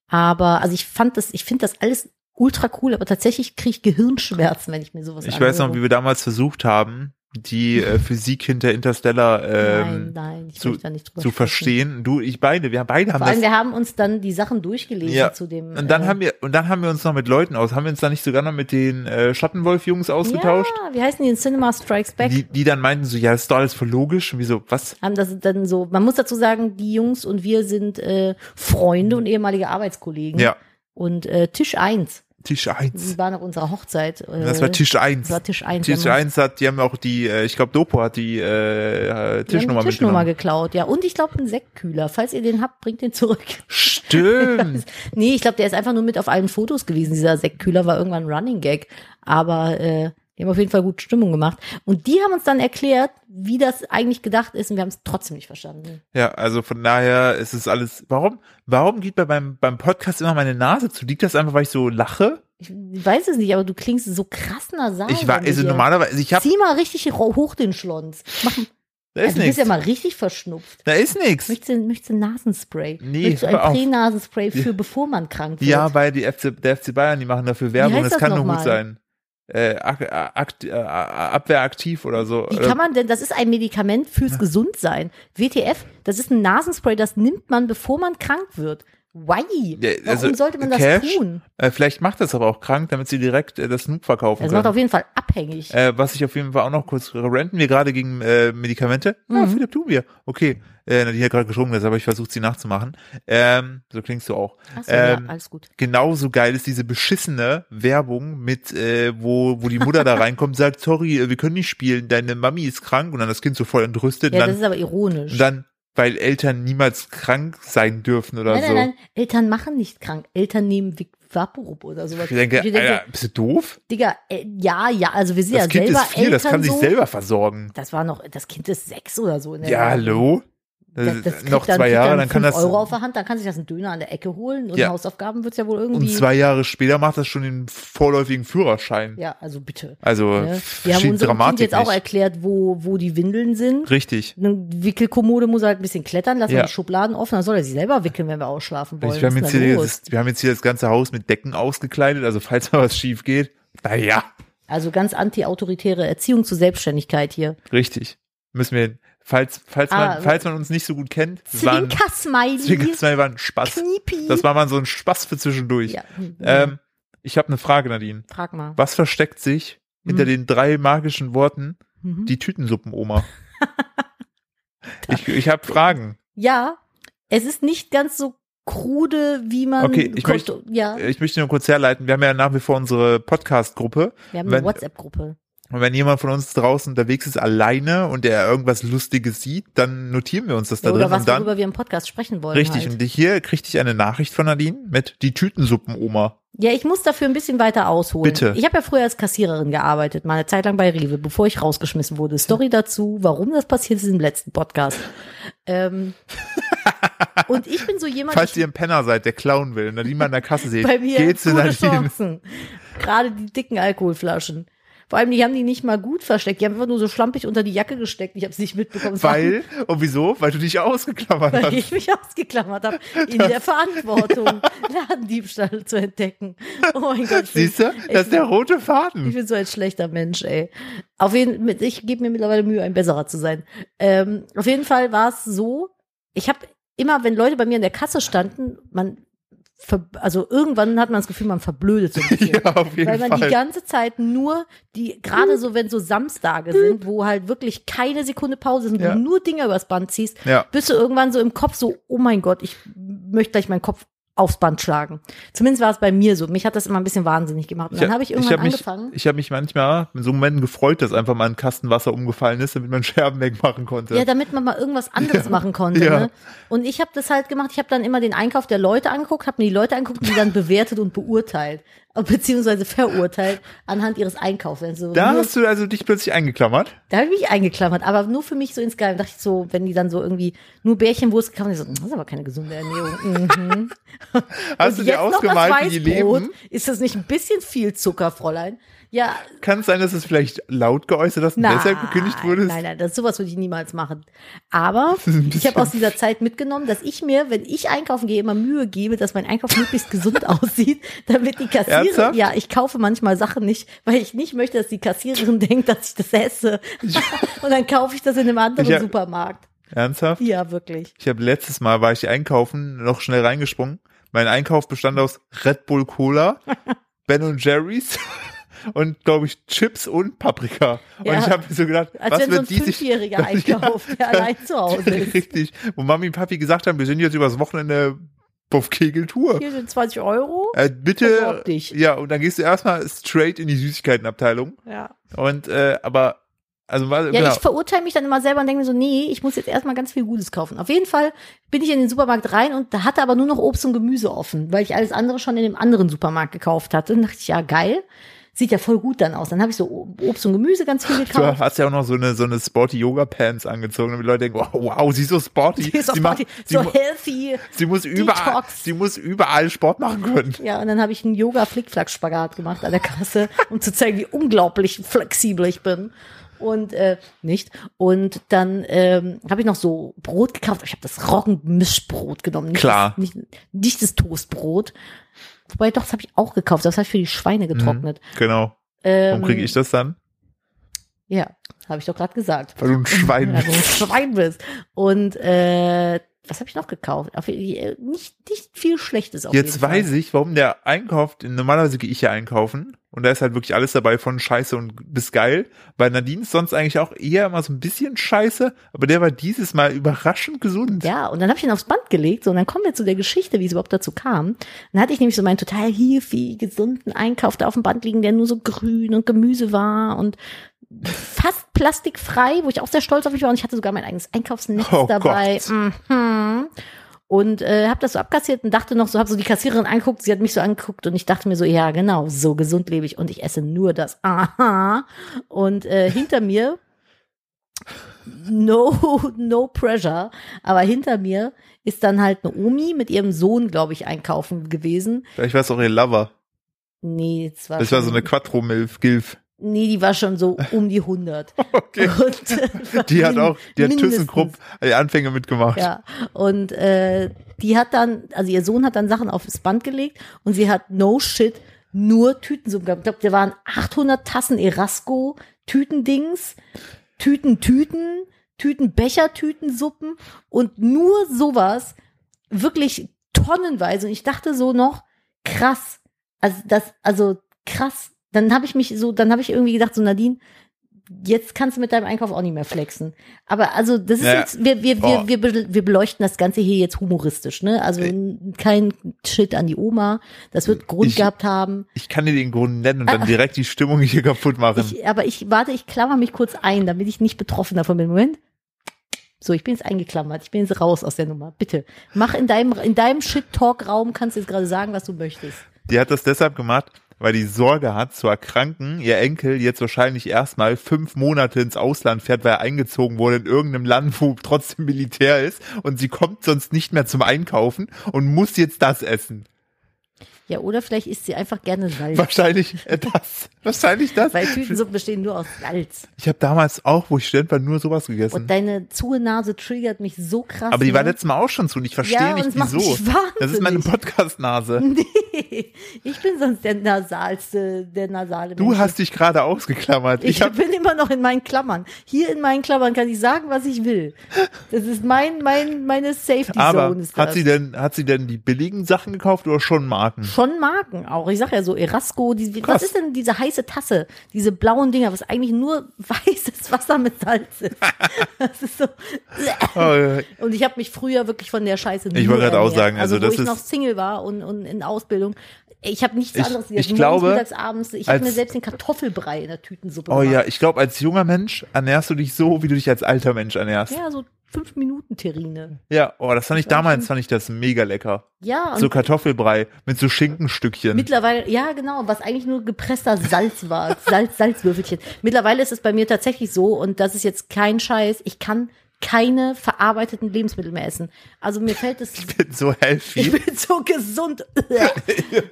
Aber, also ich fand das, ich finde das alles ultra cool, aber tatsächlich kriege ich Gehirnschmerzen, wenn ich mir sowas
Ich weiß noch,
anhöre.
wie wir damals versucht haben, die äh, Physik hinter Interstellar
nein,
ähm,
nein, ich
zu-
möchte da nicht drüber
zu
sprechen.
verstehen. Du, ich beide, wir haben beide haben
Vor allem,
das.
wir haben uns dann die Sachen durchgelesen
Ja.
zu dem.
Und dann
äh,
haben wir und dann haben wir uns noch mit Leuten aus, haben wir uns dann nicht sogar noch mit den äh, Schattenwolf-Jungs ausgetauscht,
Ja, ah, wie heißen die in Cinema Strikes Back?
die, die dann meinten so, ja, das ist doch alles voll logisch und wieso, was?
haben das dann so, man muss dazu sagen, die Jungs und wir sind äh, Freunde und ehemalige Arbeitskollegen.
Ja,
Und äh, Tisch 1,
Tisch
die
1.
waren auf unserer Hochzeit. Äh,
Das war Tisch 1.
das war Tisch 1.
Tisch
wenn man-
1 hat, die haben auch die, äh, ich glaube, Dopo hat die äh, äh,
die haben
Tischnummer
die Tischnummer
mitgenommen.
geklaut, ja. Und ich glaube, einen Sektkühler. Falls ihr den habt, bringt den zurück.
Stimmt.
Nee, ich glaube, der ist einfach nur mit auf allen Fotos gewesen. Dieser Sektkühler war irgendwann ein Running Gag. Aber äh, die haben auf jeden Fall gut Stimmung gemacht. Und die haben uns dann erklärt, wie das eigentlich gedacht ist. Und wir haben es trotzdem nicht verstanden.
Ja, also von daher ist es alles. Warum? Warum geht bei beim beim Podcast immer meine Nase zu? Liegt das einfach, weil ich so lache?
Ich weiß es nicht, aber du klingst so krass nasal.
ich war
wenn du
also
hier-
normalerweise, ich habe
Zieh mal richtig ro- hoch den Schlons. Mach,
da
also
ist
du bist
nichts.
ja mal richtig verschnupft.
Da ist nichts.
Möchtest du, möchtest du ein Nasenspray?
Nee,
möchtest du ein
hör auf.
Prä-Nasenspray für, bevor man krank wird?
Ja, weil die FC, der FC Bayern, die machen dafür Werbung.
heißt
Das
das
kann nur
nochmal?
gut sein. Äh, ak, akt, äh, Abwehr aktiv oder so.
Wie
Oder-
kann man denn, das ist ein Medikament fürs Gesundsein. WTF, das ist ein Nasenspray, das nimmt man, bevor man krank wird. Why?
Ja, also,
Warum sollte man das
Cash?
tun?
äh, vielleicht macht das aber auch krank, damit sie direkt äh, das Snoop verkaufen
Das macht auf
können.
jeden Fall abhängig.
Äh, was ich auf jeden Fall auch noch kurz renten wir gerade gegen äh, Medikamente.
Mhm.
Ja, Philipp, tun wir. Okay, äh, Nadine hat gerade geschoben, aber ich versuche sie nachzumachen. Ähm, so klingst du auch.
Achso,
ähm,
ja, alles gut.
genauso geil ist diese beschissene Werbung mit, äh, wo, wo die Mutter da reinkommt, sagt, sorry, äh, wir können nicht spielen, deine Mami ist krank und dann das Kind so voll entrüstet
Ja, das
und,
ist aber
dann,
ironisch.
und dann, weil Eltern niemals krank sein dürfen oder
nein,
so.
nein, nein, Eltern machen nicht krank. Eltern nehmen Vigvaporub oder sowas.
Ich denke,
Und denke,
Alter, bist du doof?
Digga, äh, ja, ja, also wir sind
Das
ja
Kind
selber
ist vier,
Eltern
das kann
so.
sich selber versorgen.
Das war noch, das Kind ist sechs oder so. In der
Ja, hallo?
Ne? Das, das
Äh,
kriegt
noch
dann,
zwei
kriegt
Jahre,
dann,
dann kann
fünf
das.
Euro auf der Hand, dann kann sich das ein Döner an der Ecke holen und
Ja.
Hausaufgaben wird's ja wohl
Und
irgendwie.
zwei Jahre später macht das schon den vorläufigen Führerschein.
ja, also bitte.
Also,
Ne?
steht
Wir haben unserem
Dramatik
Kind jetzt auch
nicht.
erklärt, wo, wo die Windeln sind.
Richtig.
Eine Wickelkommode muss er halt ein bisschen klettern, lassen wir
Ja.
die Schubladen offen, dann soll er sie selber wickeln, wenn wir ausschlafen wollen.
Ich, wir, haben
Was
jetzt
ist denn
hier
los?
das, wir haben jetzt hier das ganze Haus mit Decken ausgekleidet, also falls mal was schief geht. Naja,
also ganz anti-autoritäre Erziehung zur Selbstständigkeit hier.
richtig. Müssen wir hin. Falls, falls,
Ah,
man, falls man uns nicht so gut kennt, das war ein,
Zwinker-Smiley,
das war ein Spaß.
Kniepi.
Das war mal so ein Spaß für zwischendurch.
ja. hm,
Ähm, ich habe eine Frage, Nadine.
Frag mal.
Was versteckt sich hinter
Mhm.
den drei magischen Worten
Mhm.
die Tütensuppen-Oma? ich ich habe Fragen.
Ja, es ist nicht ganz so krude, wie man.
Okay, ich
konnte- ja,
Ich möchte nur kurz herleiten. Wir haben ja nach wie vor unsere Podcast-Gruppe.
wir haben
wenn-
eine WhatsApp-Gruppe.
Und wenn jemand von uns draußen unterwegs ist, alleine und der irgendwas Lustiges sieht, dann notieren wir uns das da
Ja, oder
drin.
was,
und dann,
worüber wir im Podcast sprechen wollen.
richtig,
Halt.
und hier kriegte ich eine Nachricht von Nadine mit die Tütensuppen-Oma.
Ja, ich muss dafür ein bisschen weiter ausholen.
Bitte.
Ich habe ja früher als Kassiererin gearbeitet, mal eine Zeit lang bei Rewe, bevor ich rausgeschmissen wurde. Story dazu, warum das passiert ist im letzten Podcast. Ähm, und ich bin so jemand,
Falls
ich,
ihr ein Penner seid, der klauen will und Nadine mal in der Kasse seht,
bei mir
geht's zu
gute
Nadine.
Chancen. Gerade die dicken Alkoholflaschen. Vor allem, die haben die nicht mal gut versteckt. Die haben einfach nur so schlampig unter die Jacke gesteckt. Ich habe es nicht mitbekommen. Es war
Weil, und wieso? Weil du dich ausgeklammert
weil
hast.
ich mich ausgeklammert habe, in der Verantwortung, Ladendiebstahl zu entdecken. Oh mein Gott. ich bin-
Siehst du? Das
ich-
ist der rote Faden.
Ich bin so ein schlechter Mensch, ey. Auf jeden mit- ich gebe mir mittlerweile Mühe, ein besserer zu sein. Ähm, auf jeden Fall war es so, ich habe immer, wenn Leute bei mir in der Kasse standen, man, ver, also irgendwann hat man das Gefühl, man verblödet so ein bisschen.
Ja, auf jeden
Weil man die
Fall. Hm.
ganze Zeit nur die, gerade so wenn so Samstage sind, wo halt wirklich keine Sekunde Pause ist und
Ja.
du nur Dinge übers Band ziehst,
Ja.
bist du irgendwann so im Kopf so, oh mein Gott, ich möchte gleich meinen Kopf aufs Band schlagen. Zumindest war es bei mir so. Mich hat das immer ein bisschen wahnsinnig gemacht. Und dann habe ich irgendwann
hab mich,
angefangen.
Ich habe mich manchmal in so Momenten gefreut, dass einfach mal ein Kasten Wasser umgefallen ist, damit man Scherben wegmachen konnte.
Ja, damit man mal irgendwas anderes machen konnte.
Ja.
Ne? Und ich habe das halt gemacht. Ich habe dann immer den Einkauf der Leute angeguckt, habe mir die Leute angeguckt und die dann bewertet und beurteilt. Beziehungsweise verurteilt anhand ihres Einkaufs. Also
da
nur-
hast du also dich plötzlich eingeklammert.
Da habe ich mich eingeklammert, aber nur für mich so insgeheim. Dachte ich so, wenn die dann so irgendwie nur Bärchenwurst kaufen, ich so, "Hm, das ist aber keine gesunde Ernährung. Mhm.
Hast du dir ausgemalt, wie die leben?
Ist das nicht ein bisschen viel Zucker, Fräulein? Ja,
Kann es sein, dass es vielleicht laut geäußert hast und
nein.
deshalb gekündigt wurdest?
Nein, nein, das, sowas würde ich niemals machen. Aber
ist ein
ich habe
bisschen-
aus dieser Zeit mitgenommen, dass ich mir, wenn ich einkaufen gehe, immer Mühe gebe, dass mein Einkauf möglichst gesund aussieht, damit die Kassiererin,
Ernsthaft?
ja, ich kaufe manchmal Sachen nicht, weil ich nicht möchte, dass die Kassiererin denkt, dass ich das esse. Und dann kaufe ich das in einem anderen
Ich hab-
Supermarkt.
Ernsthaft?
Ja, wirklich.
Ich habe letztes Mal, war ich einkaufen, noch schnell reingesprungen. Mein Einkauf bestand aus Red Bull Cola, Ben Jerry's und, glaube ich, Chips und Paprika.
Ja.
Und ich habe mir so gedacht,
Als
was
wenn so
wird
ein
die sich...
Fünfjähriger einkauft, der allein zu Hause ist.
Richtig. Wo Mami und Papi gesagt haben, wir sind jetzt übers Wochenende auf Kegeltour.
Hier sind 20 Euro.
Äh, bitte.
Versorg Also dich.
Ja, und dann gehst du erstmal straight in die Süßigkeitenabteilung.
Ja,
Und äh, aber also war,
ja
genau.
ich verurteile mich dann immer selber und denke mir so, nee, ich muss jetzt erstmal ganz viel Gutes kaufen. Auf jeden Fall bin ich in den Supermarkt rein und da hatte aber nur noch Obst und Gemüse offen, weil ich alles andere schon in dem anderen Supermarkt gekauft hatte. Und dachte ich, ja, geil. Sieht ja voll gut dann aus. Dann habe ich so O- Obst und Gemüse ganz viel gekauft.
Du hast ja auch noch so eine so eine sporty Yoga Pants angezogen, damit Leute denken, wow, wow sie ist so sporty.
Die ist auch
macht-
Party,
sie,
so
mu-
healthy.
sie muss überall
Detox.
sie muss überall Sport machen können.
Ja, und dann habe ich einen Yoga-Flickflack-Spagat gemacht an der Kasse, um zu zeigen, wie unglaublich flexibel ich bin. Und äh, nicht. Und dann ähm, habe ich noch so Brot gekauft. Ich habe das Roggenmischbrot genommen. Nicht
Klar.
Das, nicht, nicht das Toastbrot. Wobei, doch, das habe ich auch gekauft. Das habe ich für die Schweine getrocknet.
Genau.
Ähm,
Warum kriege ich das dann?
Ja, habe ich doch gerade gesagt.
Weil du ein Schwein
Ja, du ein
bist.
Schwein bist. Und äh, was habe ich noch gekauft? Auf, äh, nicht, nicht viel Schlechtes auf
Jetzt
jeden Fall.
weiß ich, warum der einkauft. Normalerweise gehe ich ja einkaufen und da ist halt wirklich alles dabei von Scheiße und bis geil. Bei Nadine ist sonst eigentlich auch eher immer so ein bisschen Scheiße, aber der war dieses Mal überraschend gesund.
Ja, und dann habe ich ihn aufs Band gelegt so, und dann kommen wir zu der Geschichte, wie es überhaupt dazu kam. Dann hatte ich nämlich so meinen total hifi, gesunden Einkauf da auf dem Band liegen, der nur so grün und Gemüse war und fast plastikfrei, wo ich auch sehr stolz auf mich war und ich hatte sogar mein eigenes Einkaufsnetz
Oh
dabei.
Gott.
Mhm. Und äh, habe das so abkassiert und dachte noch so, habe so die Kassiererin angeguckt, sie hat mich so angeguckt und ich dachte mir so, ja genau, so gesund lebe ich und ich esse nur das. Aha. Und äh, hinter mir no, no pressure. Aber hinter mir ist dann halt eine Omi mit ihrem Sohn, glaube ich, einkaufen gewesen.
Vielleicht war es auch ihr Lover.
Nee, das war,
Das war so
schon-
eine Quattro-Milf-Gilf.
Nee, die war schon so um die 100.
Okay.
Und- äh,
Die hat auch, die hat
Mindestens.
ThyssenKrupp äh, die Anfänge mitgemacht.
Ja, und äh, die hat dann, also ihr Sohn hat dann Sachen aufs Band gelegt und sie hat no shit nur Tütensuppen gehabt. Ich glaube, da waren 800 Tassen Erasco, Tütendings, Tüten, Tüten, Tütenbecher, Tütensuppen und nur sowas, wirklich tonnenweise. Und ich dachte so noch, krass, also das, also krass. Dann habe ich mich so, dann habe ich irgendwie gedacht, so Nadine, jetzt kannst du mit deinem Einkauf auch nicht mehr flexen. Aber also das ist
Ja.
jetzt, wir, wir,
Boah.
wir, wir, be- wir beleuchten das Ganze hier jetzt humoristisch, ne? Also n- kein Shit an die Oma. Das wird Grund
Ich-
gehabt haben.
Ich kann dir den Grund nennen und dann direkt die Stimmung hier kaputt machen.
Ich, aber ich warte, ich klammer mich kurz ein, damit ich nicht betroffen davon bin. Moment. So, ich bin jetzt eingeklammert. Ich bin jetzt raus aus der Nummer. Bitte. Mach in deinem, in deinem Shit-Talk-Raum kannst du jetzt gerade sagen, was du möchtest.
Die hat das deshalb gemacht, weil die Sorge hat zu erkranken, ihr Enkel jetzt wahrscheinlich erstmal fünf Monate ins Ausland fährt, weil er eingezogen wurde in irgendeinem Land, wo trotzdem Militär ist und sie kommt sonst nicht mehr zum Einkaufen und muss jetzt das essen.
Ja, oder vielleicht isst sie einfach gerne Salz.
Wahrscheinlich äh, das. Wahrscheinlich das.
Weil Tütensuppen bestehen nur aus Salz.
Ich habe damals auch, wo ich Student war, nur sowas
Und
gegessen.
deine zuge Nase triggert mich so krass.
Mhm. Aber die war
ne?
letztes Mal auch schon zu und ich verstehe
Ja, und
nicht,
es macht
wieso.
mich wahnsinnig.
das ist meine Podcast-Nase.
Nee, ich bin sonst der nasalste, der nasale
Du
Mensch.
hast dich gerade ausgeklammert.
Ich
Ich habe
bin immer noch in meinen Klammern. Hier in meinen Klammern kann ich sagen, was ich will. Das ist mein, mein, meine Safety
aber
Zone. Ist das.
hat sie denn hat sie denn die billigen Sachen gekauft oder schon Marken?
Schon Marken auch. Ich sag ja so, Erasco, die, wie-
Krass.
was ist denn diese heiße Tasse? Diese blauen Dinger, was eigentlich nur weißes Wasser mit Salz ist. Das ist so.
Oh,
Und ich habe mich früher wirklich von der Scheiße
Ich
nur
wollte gerade auch
ernährt.
sagen, also
wo
das
ich
ist-
noch Single war und, und in Ausbildung. Ich habe nichts
Ich-
anderes
ich glaube,
morgens, mittags, abends. Ich habe
als-
mir selbst den Kartoffelbrei in der Tütensuppe
oh ja,
gemacht.
ich glaube, als junger Mensch ernährst du dich so, wie du dich als alter Mensch ernährst. Ja,
Ja, so fünf Minuten Terrine.
oh, das fand ich damals, fand ich das mega lecker.
Ja, und
So Kartoffelbrei mit so Schinkenstückchen.
Mittlerweile, ja genau, was eigentlich nur gepresster Salz war, Salz, Salzwürfelchen. Mittlerweile ist es bei mir tatsächlich so und das ist jetzt kein Scheiß, ich kann keine verarbeiteten Lebensmittel mehr essen. Also mir fällt es,
so
ich
healthy.
bin so gesund.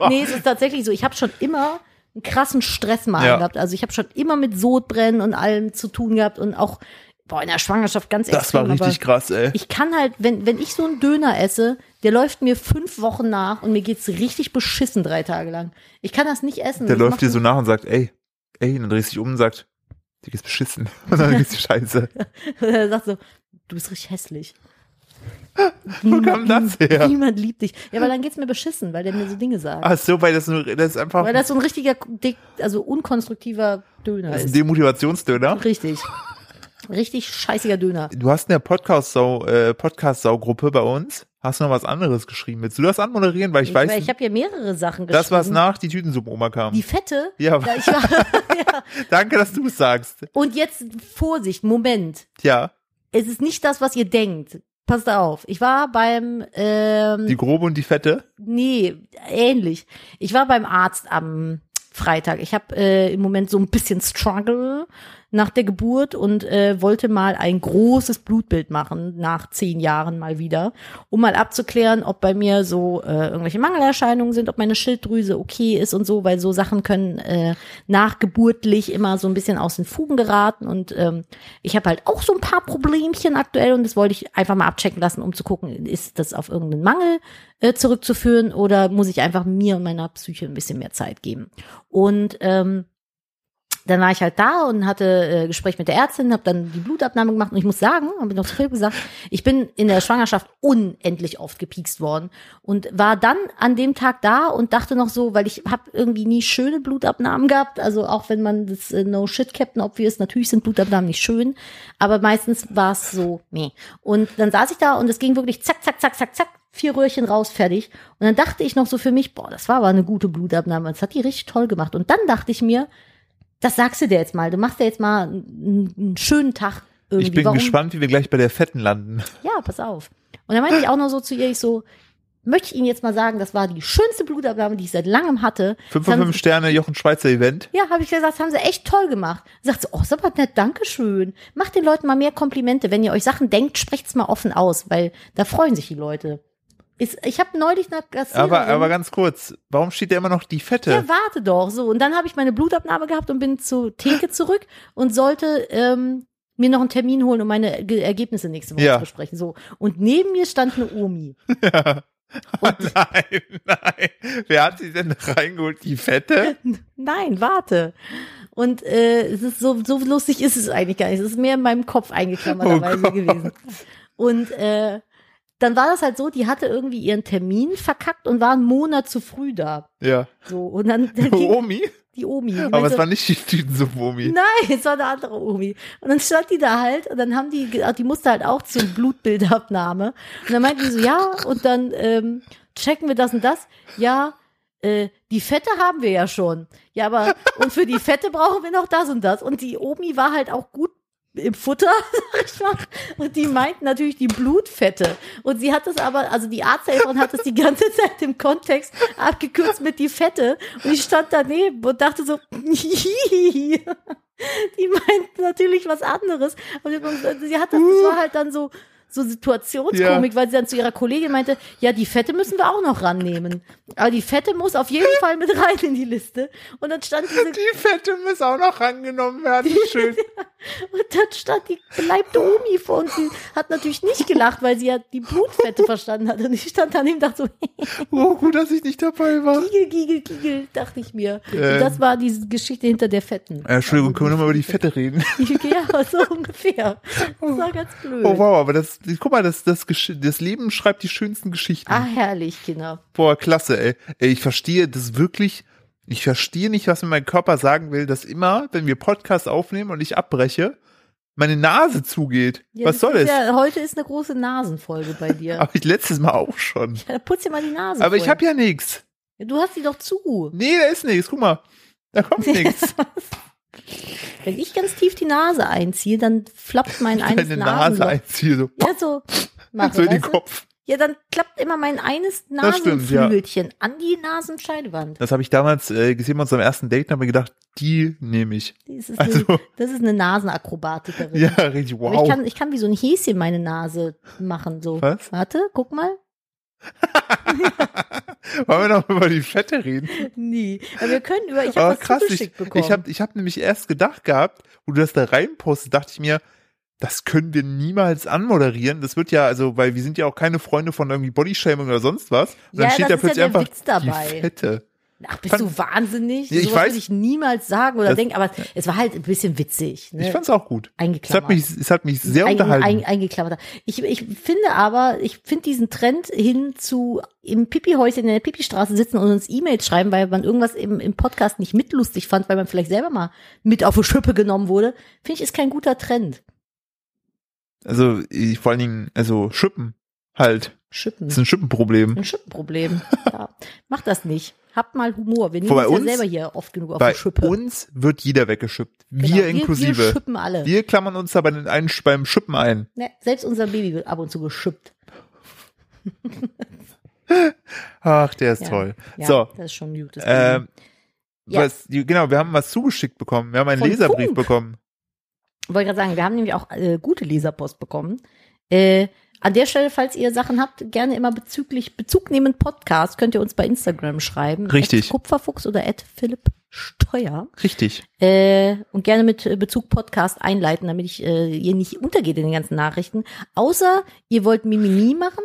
nee, es ist tatsächlich so, ich habe schon immer einen krassen Stress mal
Ja.
gehabt. Also ich habe schon immer mit Sodbrennen und allem zu tun gehabt und auch boah, in der Schwangerschaft ganz
Das war
extrem. aber-
richtig krass, ey.
ich kann halt, wenn, wenn ich so einen Döner esse, der läuft mir fünf Wochen nach und mir geht's richtig beschissen drei Tage lang. Ich kann das nicht essen.
Der
Das
läuft
macht
dir so nach und sagt, ey, ey, und dann drehst du dich um und sagt, dir geht's beschissen. Und dann geht's dir scheiße.
mich- Er sagt so, du bist richtig hässlich.
Wo kam das her?
Niemand liebt dich. Ja, weil dann geht's mir beschissen, weil der mir so Dinge sagt.
Ach so, weil das, nur, das ist einfach
Weil das so ein richtiger, dick, also unkonstruktiver Döner
das ist ein
ist.
Demotivationsdöner.
Richtig. Richtig scheißiger Döner.
Du hast in der Podcast-Sau, äh, Podcast-Sau-Gruppe bei uns, hast du noch was anderes geschrieben. Willst du das anmoderieren? Weil ich,
Ich,
weiß,
ich habe ja mehrere Sachen geschrieben.
das, was nach die Tütensuppen-Oma kam.
Die Fette.
Ja.
Da ich war, ja.
Danke, dass du es sagst.
Und jetzt Vorsicht, Moment.
Ja,
es ist nicht das, was ihr denkt. Passt auf. Ich war beim, ähm,
die grobe und die fette.
nee, ähnlich. Ich war beim Arzt am Freitag. Ich habe äh, im Moment so ein bisschen Struggle nach der Geburt und äh, wollte mal ein großes Blutbild machen, nach zehn Jahren mal wieder, um mal abzuklären, ob bei mir so äh, irgendwelche Mangelerscheinungen sind, ob meine Schilddrüse okay ist und so, weil so Sachen können äh, nachgeburtlich immer so ein bisschen aus den Fugen geraten und ähm, ich habe halt auch so ein paar Problemchen aktuell und das wollte ich einfach mal abchecken lassen, um zu gucken, ist das auf irgendeinen Mangel äh, zurückzuführen oder muss ich einfach mir und meiner Psyche ein bisschen mehr Zeit geben. Und ähm, dann war ich halt da und hatte äh, Gespräch mit der Ärztin, habe dann die Blutabnahme gemacht und ich muss sagen, habe ich noch zu Philipp gesagt, ich bin in der Schwangerschaft unendlich oft gepiekst worden und war dann an dem Tag da und dachte noch so, weil ich habe irgendwie nie schöne Blutabnahmen gehabt, also auch wenn man das äh, No Shit Captain Obvious, natürlich sind Blutabnahmen nicht schön, aber meistens war es so, nee. Und dann saß ich da und es ging wirklich zack, zack, zack, zack, zack, vier Röhrchen raus, fertig. Und dann dachte ich noch so für mich, boah, das war aber eine gute Blutabnahme, das hat die richtig toll gemacht. Und dann dachte ich mir, das sagst du dir jetzt mal. Du machst dir jetzt mal einen, einen schönen Tag irgendwie.
Ich bin
Warum?
gespannt, wie wir gleich bei der fetten landen.
Ja, pass auf. Und dann meinte ich auch noch so zu ihr, ich so, möchte ich Ihnen jetzt mal sagen, das war die schönste Blutabnahme, die ich seit langem hatte.
Fünf
Das
von
haben
fünf Sterne Jochen Schweizer Event.
ja, habe ich gesagt, das haben sie echt toll gemacht. Sagt sie, oh, ist aber nett, danke schön. Macht den Leuten mal mehr Komplimente. Wenn ihr euch Sachen denkt, sprecht's mal offen aus, weil da freuen sich die Leute. Ist, ich habe neulich nach Kassiererin...
Aber, aber ganz kurz, warum steht da immer noch die fette?
Ja, warte doch. So, und dann habe ich meine Blutabnahme gehabt und bin zu Tinke zurück und sollte ähm, mir noch einen Termin holen, um meine Ge Ergebnisse nächste Woche
Ja.
zu besprechen. So. Und neben mir stand eine Omi.
Nein, nein. Wer hat sie denn da reingeholt? Die Fette?
Nein, warte. Und äh, es ist so, so lustig ist es eigentlich gar nicht. Es ist mehr in meinem Kopf eingeklammerterweise
Oh Gott.
gewesen. Und äh, dann war das halt so, die hatte irgendwie ihren Termin verkackt und war einen Monat zu früh da.
Ja.
So, und dann, dann ging
Omi?
die Omi. Die
Aber
meinte so,
es war nicht die Tütensuppe-Omi.
Nein, es war eine andere Omi. Und dann stand die da halt und dann haben die, ge- die musste halt auch zur Blutbildabnahme. Und dann meinten die so, ja, und dann ähm, checken wir das und das. Ja, äh, die Fette haben wir ja schon. Ja, aber und für die Fette brauchen wir noch das und das. Und die Omi war halt auch gut im Futter, sag ich mal. Und die meinten natürlich die Blutfette. Und sie hat es aber, also die Arzthelferin hat es die ganze Zeit im Kontext abgekürzt mit die Fette. Und ich stand daneben und dachte so, hihihi. die meint natürlich was anderes. Und sie hat das, das war halt dann so, so Situationskomik, weil sie dann zu ihrer Kollegin meinte, ja, die Fette müssen wir auch noch rannehmen. Aber die Fette muss auf jeden Fall mit rein in die Liste. Und dann stand diese
Die Fette muss auch noch rangenommen werden. Schön.
Und dann stand die beleibte Omi vor uns. Sie hat natürlich nicht gelacht, weil sie ja die Blutfette verstanden hat. Und ich stand daneben und dachte so,
Oh, gut, dass ich nicht dabei war.
Giegel, Giegel, Giegel, dachte ich mir.
Ähm.
Und das war diese Geschichte hinter der Fetten.
Äh, Entschuldigung, können wir nochmal über die Fette reden?
Ja, so ungefähr. Das war ganz blöd.
Oh wow, aber das, guck mal, das, das, Gesch- das Leben schreibt die schönsten Geschichten.
Ah, herrlich, Kinder.
Boah, klasse, ey. ey. Ich verstehe das wirklich. Ich verstehe nicht, was mir mein Körper sagen will, dass immer, wenn wir Podcasts aufnehmen und ich abbreche, meine Nase zugeht.
Ja,
was
das
soll
ist
das?
Ja, heute ist eine große Nasenfolge bei dir.
Aber ich letztes Mal auch schon.
Ja, dann putz dir mal die Nase.
Aber ich
vorher.
habe ja nichts.
Du hast die doch zu.
Nee, da ist nichts. Guck mal. Da kommt nichts.
Wenn ich ganz tief die Nase einziehe, dann flappt mein eines
Deine Nase
Nasenloch.
einziehe so,
Ja, so. Mache,
so in den
weißt du?
Kopf.
Ja, dann klappt immer mein eines
Das stimmt, ja.
Nasenflügelchen an die Nasenscheidewand.
Das habe ich damals äh, gesehen bei unserem ersten Date und habe mir gedacht, die nehme ich.
Das ist,
Also-
eine, das ist eine Nasenakrobatikerin.
Ja, richtig.
Aber
Wow.
Ich, kann, ich kann wie so ein Häschen meine Nase machen. So.
Was?
Warte, guck mal.
Wollen wir noch über die Fette reden?
Nee. Aber wir können über. Ich
Aber
habe was
Ah, krass, ich,
zugeschickt bekommen.
ich habe ich hab nämlich erst gedacht gehabt, wo du das da reinpostest, dachte ich mir, das können wir niemals anmoderieren. Das wird ja, also, weil wir sind ja auch keine Freunde von irgendwie Bodyshaming oder sonst was. Und
Ja,
dann steht
das
da
ist
plötzlich
ja der
einfach
Witz dabei.
die Fette.
Ach, bist
fand-
du wahnsinnig?
Ja, ich
Sowas
weiß-
würde ich niemals sagen oder
Das-
denken, aber es war halt ein bisschen witzig. Ne?
Ich fand's auch gut. Es hat
Eingeklammert.
mich, es hat mich sehr
Ein-
unterhalten.
Ein, eingeklammert. Ich, ich finde aber, ich finde diesen Trend hin zu im Pipi-Häuschen in der Pipi-Straße sitzen und uns E-Mails schreiben, weil man irgendwas im, im Podcast nicht mitlustig fand, weil man vielleicht selber mal mit auf die Schippe genommen wurde, finde ich, ist kein guter Trend.
also, ich, vor allen Dingen, also, Schippen halt.
Schippen.
Das ist ein Schippenproblem.
Ein Schippenproblem. Ja. Macht das nicht. Habt mal Humor. Wir nehmen
Vor bei
uns ja
uns-
selber hier oft genug auf
Bei
die Schippe.
uns wird jeder weggeschippt.
Genau.
Wir inklusive.
Wir
Wir,
schippen alle.
klammern uns da bei den einen, beim Schippen ein.
Ne, selbst unser Baby wird ab und zu geschippt.
Ach, der ist
Ja.
toll.
Ja,
So,
Das ist schon ein gutes
Ähm,
Ja.
was, die- genau, wir haben was zugeschickt bekommen. Wir haben einen
Von
Leserbrief
Funk.
bekommen.
Ich wollte gerade sagen, wir haben nämlich auch äh, gute Leserpost bekommen. Äh, an der Stelle, falls ihr Sachen habt, gerne immer bezüglich Bezug nehmen Podcast, könnt ihr uns bei Instagram schreiben.
Richtig.
At Kupferfuchs oder at Philipp Steuer.
Richtig.
Äh, und gerne mit äh, Bezug Podcast einleiten, damit ich, äh, ihr nicht untergeht in den ganzen Nachrichten. Außer ihr wollt Mimimi machen,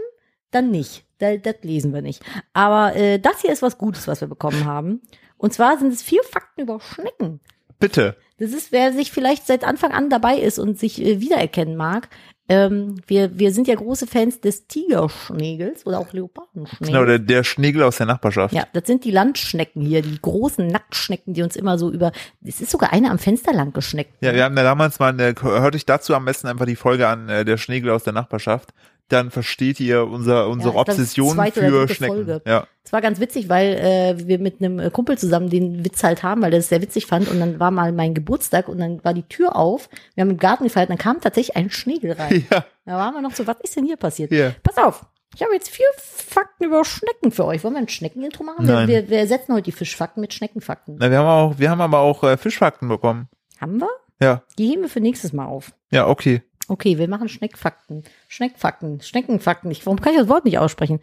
dann nicht. Da, das lesen wir nicht. Aber äh, das hier ist was Gutes, was wir bekommen haben. Und zwar sind es vier Fakten über Schnecken.
Bitte.
Das ist, wer sich vielleicht seit Anfang an dabei ist und sich äh, wiedererkennen mag. Ähm, wir, wir sind ja große Fans des Tigerschnegels oder auch Leopardenschnegels.
Genau, der, der Schnegel aus der Nachbarschaft.
ja, das sind die Landschnecken hier, die großen Nacktschnecken, die uns immer so über. Es ist sogar eine am Fenster lang geschneckt.
Ja, wir haben da damals mal, eine, hört euch dazu am besten einfach die Folge an, äh, der Schnegel aus der Nachbarschaft. Dann versteht ihr unser, unsere
Ja, ich glaub,
Obsession
zweite oder
für
dritte
Schnecken.
Folge.
Ja.
Es war ganz witzig, weil äh, wir mit einem äh, Kumpel zusammen den Witz halt haben, weil er es sehr witzig fand. Und dann war mal mein Geburtstag und dann war die Tür auf. Wir haben im Garten gefeiert, dann kam tatsächlich ein Schnegel rein.
ja,
Da waren wir noch so, was ist denn hier passiert?
Ja.
Pass auf, ich habe jetzt vier Fakten über Schnecken für euch. Wollen wir ein Schnecken-Intro machen? Wir,
Nein.
wir, wir ersetzen heute die Fischfakten mit Schneckenfakten.
Na, wir haben auch, wir haben aber auch äh, Fischfakten bekommen.
Haben wir?
Ja,
Die heben wir für nächstes Mal auf.
ja, okay.
Okay, wir machen Schneckfakten. Schneckfakten, Schneckenfakten. Ich, warum kann ich das Wort nicht aussprechen?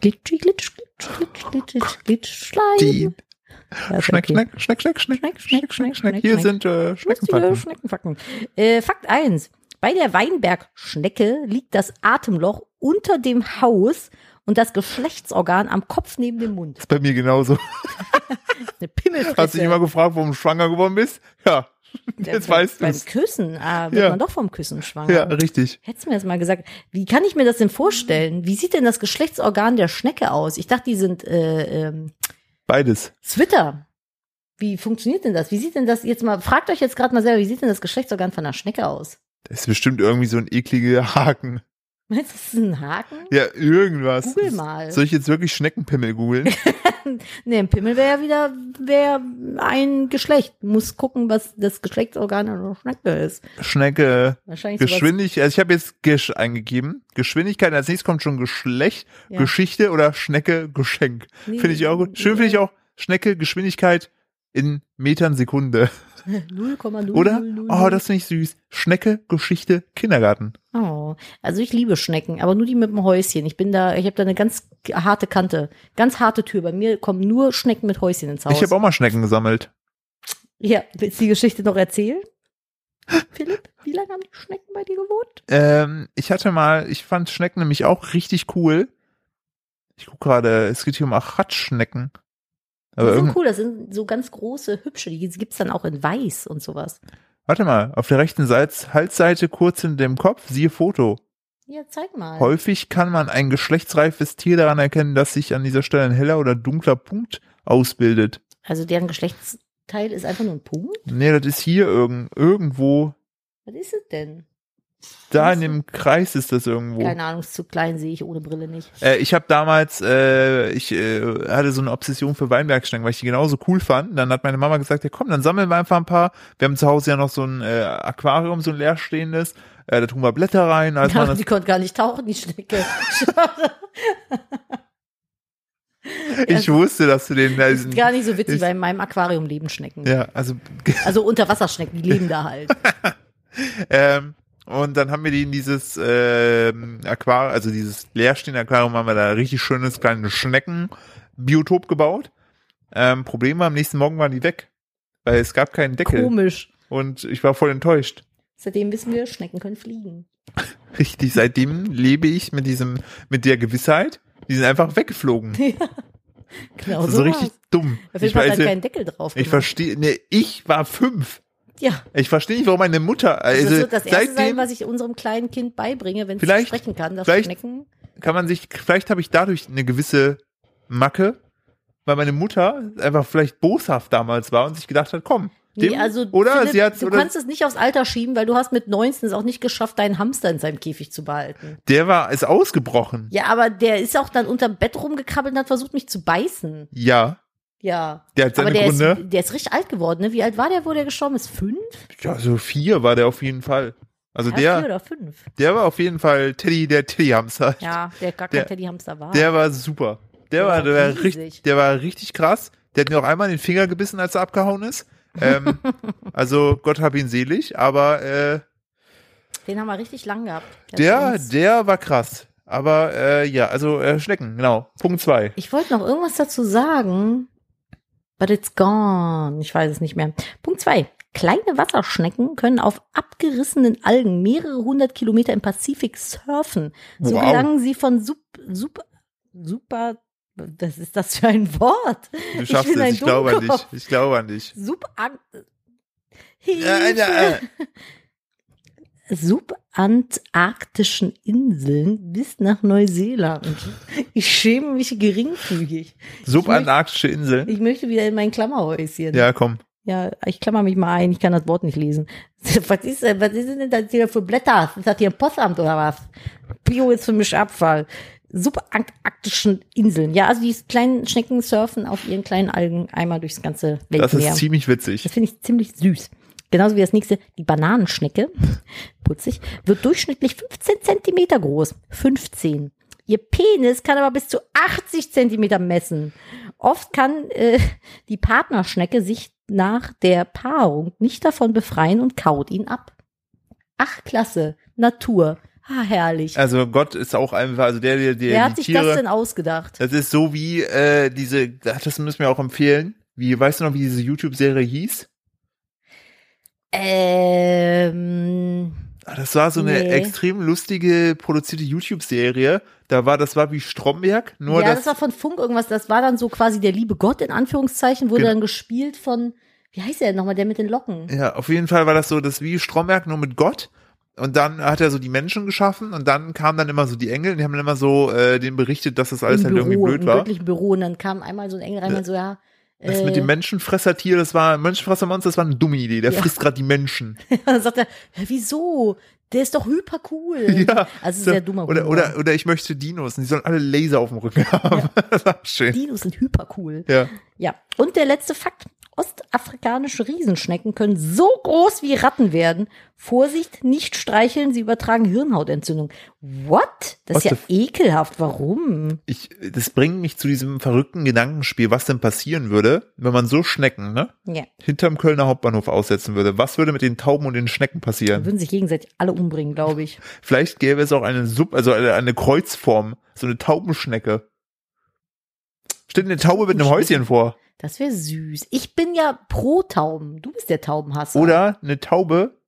Glitschi, glitsch, glitsch, glitsch, glitsch, glitsch,
Die
schleim. Ja, ist
Schneck,
okay.
Schneck, Schneck, Schneck, Schneck, Schneck,
Schneck, Schneck,
Schneck,
Schneck,
Schneck, Schneck.
Schneck.
Hier sind äh,
Lustige
Schneckenfakten.
Schneckenfakten. Äh, Fakt eins: Bei der Weinbergschnecke liegt das Atemloch unter dem Haus und das Geschlechtsorgan am Kopf neben dem Mund.
Bei mir genauso.
Eine Pimmelfresse.
Hast du dich immer gefragt, warum du schwanger geworden bist? Ja, jetzt
beim,
weißt
Beim
du's.
Küssen ah, wird
Ja.
man doch vom Küssen schwanger.
Ja, richtig.
Hättest du mir das mal gesagt. Wie kann ich mir das denn vorstellen? Wie sieht denn das Geschlechtsorgan der Schnecke aus? Ich dachte, die sind äh, ähm,
Beides.
Zwitter. Wie funktioniert denn das? Wie sieht denn das jetzt mal? Fragt euch jetzt gerade mal selber, wie sieht denn das Geschlechtsorgan von einer Schnecke aus?
Das ist bestimmt irgendwie so ein ekliger Haken.
Meinst du, das ist ein Haken?
Ja, irgendwas.
Google mal.
Soll ich jetzt wirklich Schneckenpimmel googeln?
Nee, ein Pimmel wäre ja wieder wär ein Geschlecht. Muss gucken, was das Geschlechtsorgan einer Schnecke ist.
Schnecke.
Wahrscheinlich sowas.
Geschwindigkeit, also ich habe jetzt Gesch eingegeben. Geschwindigkeit, als nächstes kommt schon Geschlecht,
Ja.
Geschichte oder Schnecke, Geschenk.
Nee,
Finde ich auch gut. Schön finde ich auch Schnecke, Geschwindigkeit in Metern Sekunde. Oder?
0,000.
Oh, das finde ich süß. Schnecke, Geschichte, Kindergarten.
Oh, also ich liebe Schnecken, aber nur die mit dem Häuschen. Ich bin da, ich habe da eine ganz harte Kante, ganz harte Tür. Bei mir kommen nur Schnecken mit Häuschen ins Haus.
Ich habe auch mal Schnecken gesammelt.
ja, willst du die Geschichte noch erzählen? Philipp, wie lange haben die Schnecken bei dir gewohnt?
Ähm, ich hatte mal, ich fand Schnecken nämlich auch richtig cool. Ich guck gerade, es geht hier um Achatschnecken. Aber
die sind
irgend,
cool, das sind so ganz große, hübsche. Die gibt's dann auch in weiß und sowas.
warte mal, auf der rechten Seite, Halsseite kurz hinter dem Kopf, siehe Foto.
Ja, zeig mal.
Häufig kann man ein geschlechtsreifes Tier daran erkennen, dass sich an dieser Stelle ein heller oder dunkler Punkt ausbildet.
Also deren Geschlechtsteil ist einfach nur ein Punkt?
Nee, das ist hier irgend, irgendwo,
Was ist es denn?
da
Was?
in dem Kreis ist das irgendwo.
Keine Ahnung, ist zu klein, sehe ich ohne Brille nicht.
Äh, ich habe damals, äh, ich äh, hatte so eine Obsession für Weinbergstangen, weil ich die genauso cool fand. Dann hat meine Mama gesagt, ja komm, dann sammeln wir einfach ein paar. Wir haben zu Hause ja noch so ein äh, Aquarium, so ein leerstehendes. Äh, da tun wir Blätter rein. Als man
Ja,
das,
die konnte gar nicht tauchen, die Schnecke. Schade.
ich wusste, dass du den...
Ist gar nicht so witzig,
ist-
weil in meinem Aquarium leben Schnecken.
ja, also
Also Unterwasserschnecken, die leben da halt.
Ähm, und dann haben wir die in dieses ähm, Aquarium, also dieses leerstehende Aquarium, haben wir da ein richtig schönes kleines Schneckenbiotop gebaut. Ähm, Problem war, am nächsten Morgen waren die weg, weil es gab keinen Deckel.
Komisch.
Und ich war voll enttäuscht.
Seitdem wissen wir, Schnecken können fliegen.
Richtig, seitdem lebe ich mit diesem, mit der Gewissheit, die sind einfach weggeflogen.
Genau
Das ist so richtig dumm.
Dafür
Ich,
hat halt
weiß,
keinen Deckel drauf
ich
gemacht.
verstehe, nee, ich war fünf.
Ja,
Ich verstehe nicht, warum meine Mutter,
das
also
wird das Erste sein,
seitdem
was ich unserem kleinen Kind beibringe, wenn es
Vielleicht-
sprechen kann, dass
vielleicht-
Schnecken...
kann man sich, vielleicht habe ich dadurch eine gewisse Macke, weil meine Mutter einfach vielleicht boshaft damals war und sich gedacht hat, komm,
Nee,
dem,
also
oder
Philipp,
sie hat,
du
oder
kannst es nicht aufs Alter schieben, weil du hast mit 19 es auch nicht geschafft, deinen Hamster in seinem Käfig zu behalten.
der war, ist ausgebrochen.
Ja, aber der ist auch dann unterm Bett rumgekrabbelt und hat versucht, mich zu beißen.
Ja,
Ja.
der hat
Aber
seine
der ist,
Gründe.
der ist richtig alt geworden, ne? Wie alt war der, wo der gestorben ist? Fünf?
Ja, so vier war der auf jeden Fall. Also
Ja,
der,
Vier oder fünf.
Der war auf jeden Fall Teddy, der Teddy-Hamster.
Ja, der gar
Der-
kein Teddyhamster war.
Der war super. Der,
Der
war,
war
der, war
riesig.
richtig, der war richtig krass. Der hat mir auch einmal den Finger gebissen, als er abgehauen ist. Ähm, also Gott hab ihn selig, aber äh,
Den haben wir richtig lang gehabt. hat
der,
uns-
der war krass. Aber äh, ja, also äh, Schnecken, genau. Punkt zwei.
ich wollte noch irgendwas dazu sagen, but it's gone. Ich weiß es nicht mehr. Punkt zwei. Kleine Wasserschnecken können auf abgerissenen Algen mehrere hundert Kilometer im Pazifik surfen. So
Wow.
gelangen sie von sub, sub, super, das ist das für ein Wort?
Du schaffst es,
bin ein
ich glaube an dich.
Dummkopf.
Ich glaube an dich.
Sub,
Äh, äh, äh,
subantarktischen Inseln bis nach Neuseeland. Ich schäme mich geringfügig.
Subantarktische Inseln.
Ich möchte wieder in mein Klammerhäuschen.
Ja, komm.
Ja, ich klammer mich mal ein, ich kann das Wort nicht lesen. Was ist, denn- was ist denn das hier für Blätter? Ist das hier ein Postamt oder was? Bio ist für mich Abfall. Subantarktischen Inseln. Ja, also die kleinen Schnecken surfen auf ihren kleinen Algen einmal durchs ganze Weltmeer.
Das ist ziemlich witzig.
Das finde ich ziemlich süß. Genauso wie das nächste, die Bananenschnecke, putzig, wird durchschnittlich 15 Zentimeter groß. 15. Ihr Penis kann aber bis zu 80 Zentimeter messen. Oft kann äh, die Partnerschnecke sich nach der Paarung nicht davon befreien und kaut ihn ab. Ach, klasse. Natur. Ah, herrlich.
Also Gott ist auch einfach, also der, der, der
Wer
die
hat sich
Tiere,
das denn ausgedacht?
Das ist so wie äh, diese, das müssen wir auch empfehlen. Wie, weißt du noch, wie diese YouTube-Serie hieß? Äh,
Ähm,
Ah, Das war so eine
Nee.
extrem lustige produzierte YouTube-Serie. Da war, das war wie Stromberg, nur
ja, das,
das,
war von Funk irgendwas. Das war dann so quasi der liebe Gott in Anführungszeichen, wurde
Genau.
dann gespielt von, wie heißt der denn nochmal, der mit den Locken?
ja, auf jeden Fall war das so, das wie Stromberg nur mit Gott. Und dann hat er so die Menschen geschaffen und dann kamen dann immer so die Engel und die haben dann immer so äh, denen berichtet, dass das alles
Im
halt irgendwie
Büro,
blöd
im
war.
göttlichen Büro. Und dann kam einmal so ein Engel rein und meinte so, ja.
Das
äh,
mit dem Menschenfressertier, das war Menschenfressermonster, das war eine dumme Idee. Der
Ja.
frisst gerade die Menschen.
dann sagt er, ja, wieso? Der ist doch hyper cool.
Ja,
also
So,
sehr dummer
oder,
Humor.
oder, oder ich möchte Dinos und die sollen alle Laser auf dem Rücken haben. Das war schön.
Dinos sind hyper cool.
Ja.
Ja. Und der letzte Fakt. Ostafrikanische Riesenschnecken können so groß wie Ratten werden. Vorsicht, nicht streicheln, sie übertragen Hirnhautentzündung. What? Das ist ja
Ostaf-
ekelhaft. Warum?
Ich, das bringt mich zu diesem verrückten Gedankenspiel, was denn passieren würde, wenn man so Schnecken, ne?
Ja,
Hinterm Kölner Hauptbahnhof aussetzen würde. Was würde mit den Tauben und den Schnecken
die
passieren?
würden sich gegenseitig alle umbringen, glaube ich.
Vielleicht gäbe es auch eine Sub, also eine, eine Kreuzform, so eine Taubenschnecke. Steht eine Taube mit einem Häuschen vor.
Das wäre süß. Ich bin ja pro Tauben. Du bist der Taubenhasser.
Oder eine Taube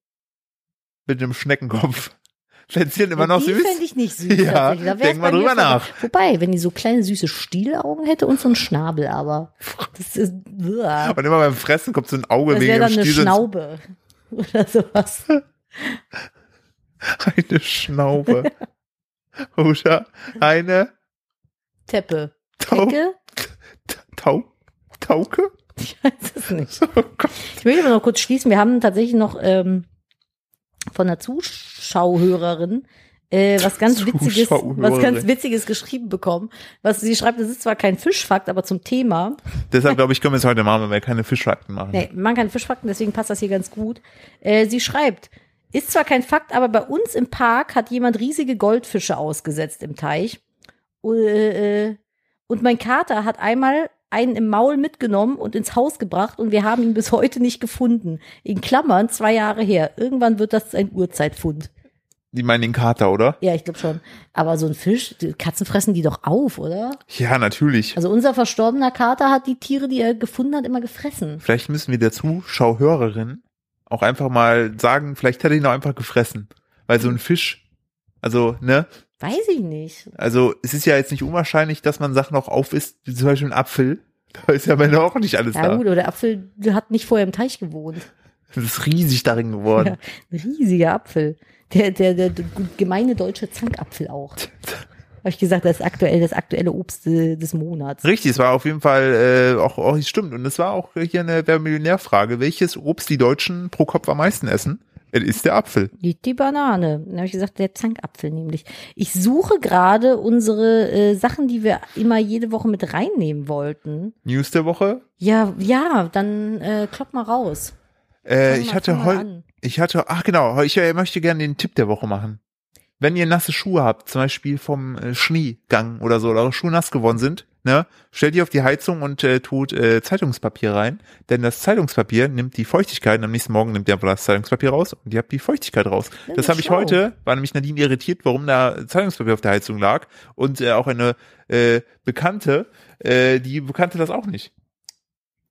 mit einem Schneckenkopf. Fändest du den immer noch
die
süß?
fände ich nicht süß.
Ja,
tatsächlich. Da wär's
denk mal
bei mir
drüber
vorbei.
nach.
Wobei, wenn die so kleine süße Stielaugen hätte und so einen Schnabel, aber das ist uah.
Und immer beim Fressen kommt so ein Auge
das
wegen dem
wäre dann eine
Stiel. so ins-
Schnaube oder sowas.
Eine Schnaube. Oder eine
Teppe,
Taub,
Tecke,
Taub, Tauke?
ich weiß es nicht.
Oh Gott.
Ich will aber noch kurz schließen. Wir haben tatsächlich noch ähm, von einer Zuschauhörerin äh, was ganz witziges, was
Zuschauhörerin.
ganz witziges geschrieben bekommen. Was sie schreibt, das ist zwar kein Fischfakt, aber zum Thema.
Deshalb glaube ich, können wir es heute machen, wenn wir keine Fischfakten machen.
Nee, man kann Fischfakten, deswegen passt das hier ganz gut. Äh, sie schreibt, ist zwar kein Fakt, aber bei uns im Park hat jemand riesige Goldfische ausgesetzt im Teich. Äh, äh, Und mein Kater hat einmal einen im Maul mitgenommen und ins Haus gebracht und wir haben ihn bis heute nicht gefunden. In Klammern zwei Jahre her. Irgendwann wird das ein Urzeitfund.
Die meinen den Kater, oder?
Ja, ich glaube schon. Aber so ein Fisch, die Katzen fressen die doch auf, oder?
Ja, natürlich.
Also unser verstorbener Kater hat die Tiere, die er gefunden hat, immer gefressen.
Vielleicht müssen wir der Zuschauhörerin auch einfach mal sagen, vielleicht hätte ich ihn auch einfach gefressen. Weil so ein Fisch, also, ne?
Weiß ich nicht.
Also, es ist ja jetzt nicht unwahrscheinlich, dass man Sachen auch aufisst, wie zum Beispiel ein Apfel. Da ist ja bei auch nicht alles
Ja,
da.
gut, aber der Apfel hat nicht vorher im Teich gewohnt.
Es ist riesig darin geworden.
Ein riesiger Apfel. Der, der, der, der gemeine deutsche Zankapfel auch. Habe ich gesagt, das ist aktuell das aktuelle Obst äh, des Monats.
Richtig, es war auf jeden Fall äh, auch, auch stimmt. Und es war auch hier eine Wer Millionär-Frage. Welches Obst die Deutschen pro Kopf am meisten essen? Es ist der Apfel.
Die, die Banane. Dann habe ich gesagt, der Zankapfel nämlich. Ich suche gerade unsere äh, Sachen, die wir immer jede Woche mit reinnehmen wollten.
News der Woche.
Ja, ja, dann äh, klopp mal raus.
Äh,
Fang
ich
mal-
hatte
fang mal
heute,
an.
ich hatte, ach genau, ich äh, möchte gerne den Tipp der Woche machen. Wenn ihr nasse Schuhe habt, zum Beispiel vom äh, Schneegang oder so, oder eure Schuhe nass geworden sind, ne, stellt die auf die Heizung und äh, tut äh, Zeitungspapier rein, denn das Zeitungspapier nimmt die Feuchtigkeit, und am nächsten Morgen nimmt ihr einfach das Zeitungspapier raus und ihr habt die Feuchtigkeit raus.
Das
Das
ist
habe ich
schlau.
heute, war nämlich Nadine irritiert, warum da Zeitungspapier auf der Heizung lag und äh, auch eine äh, Bekannte, äh, die bekannte das auch nicht.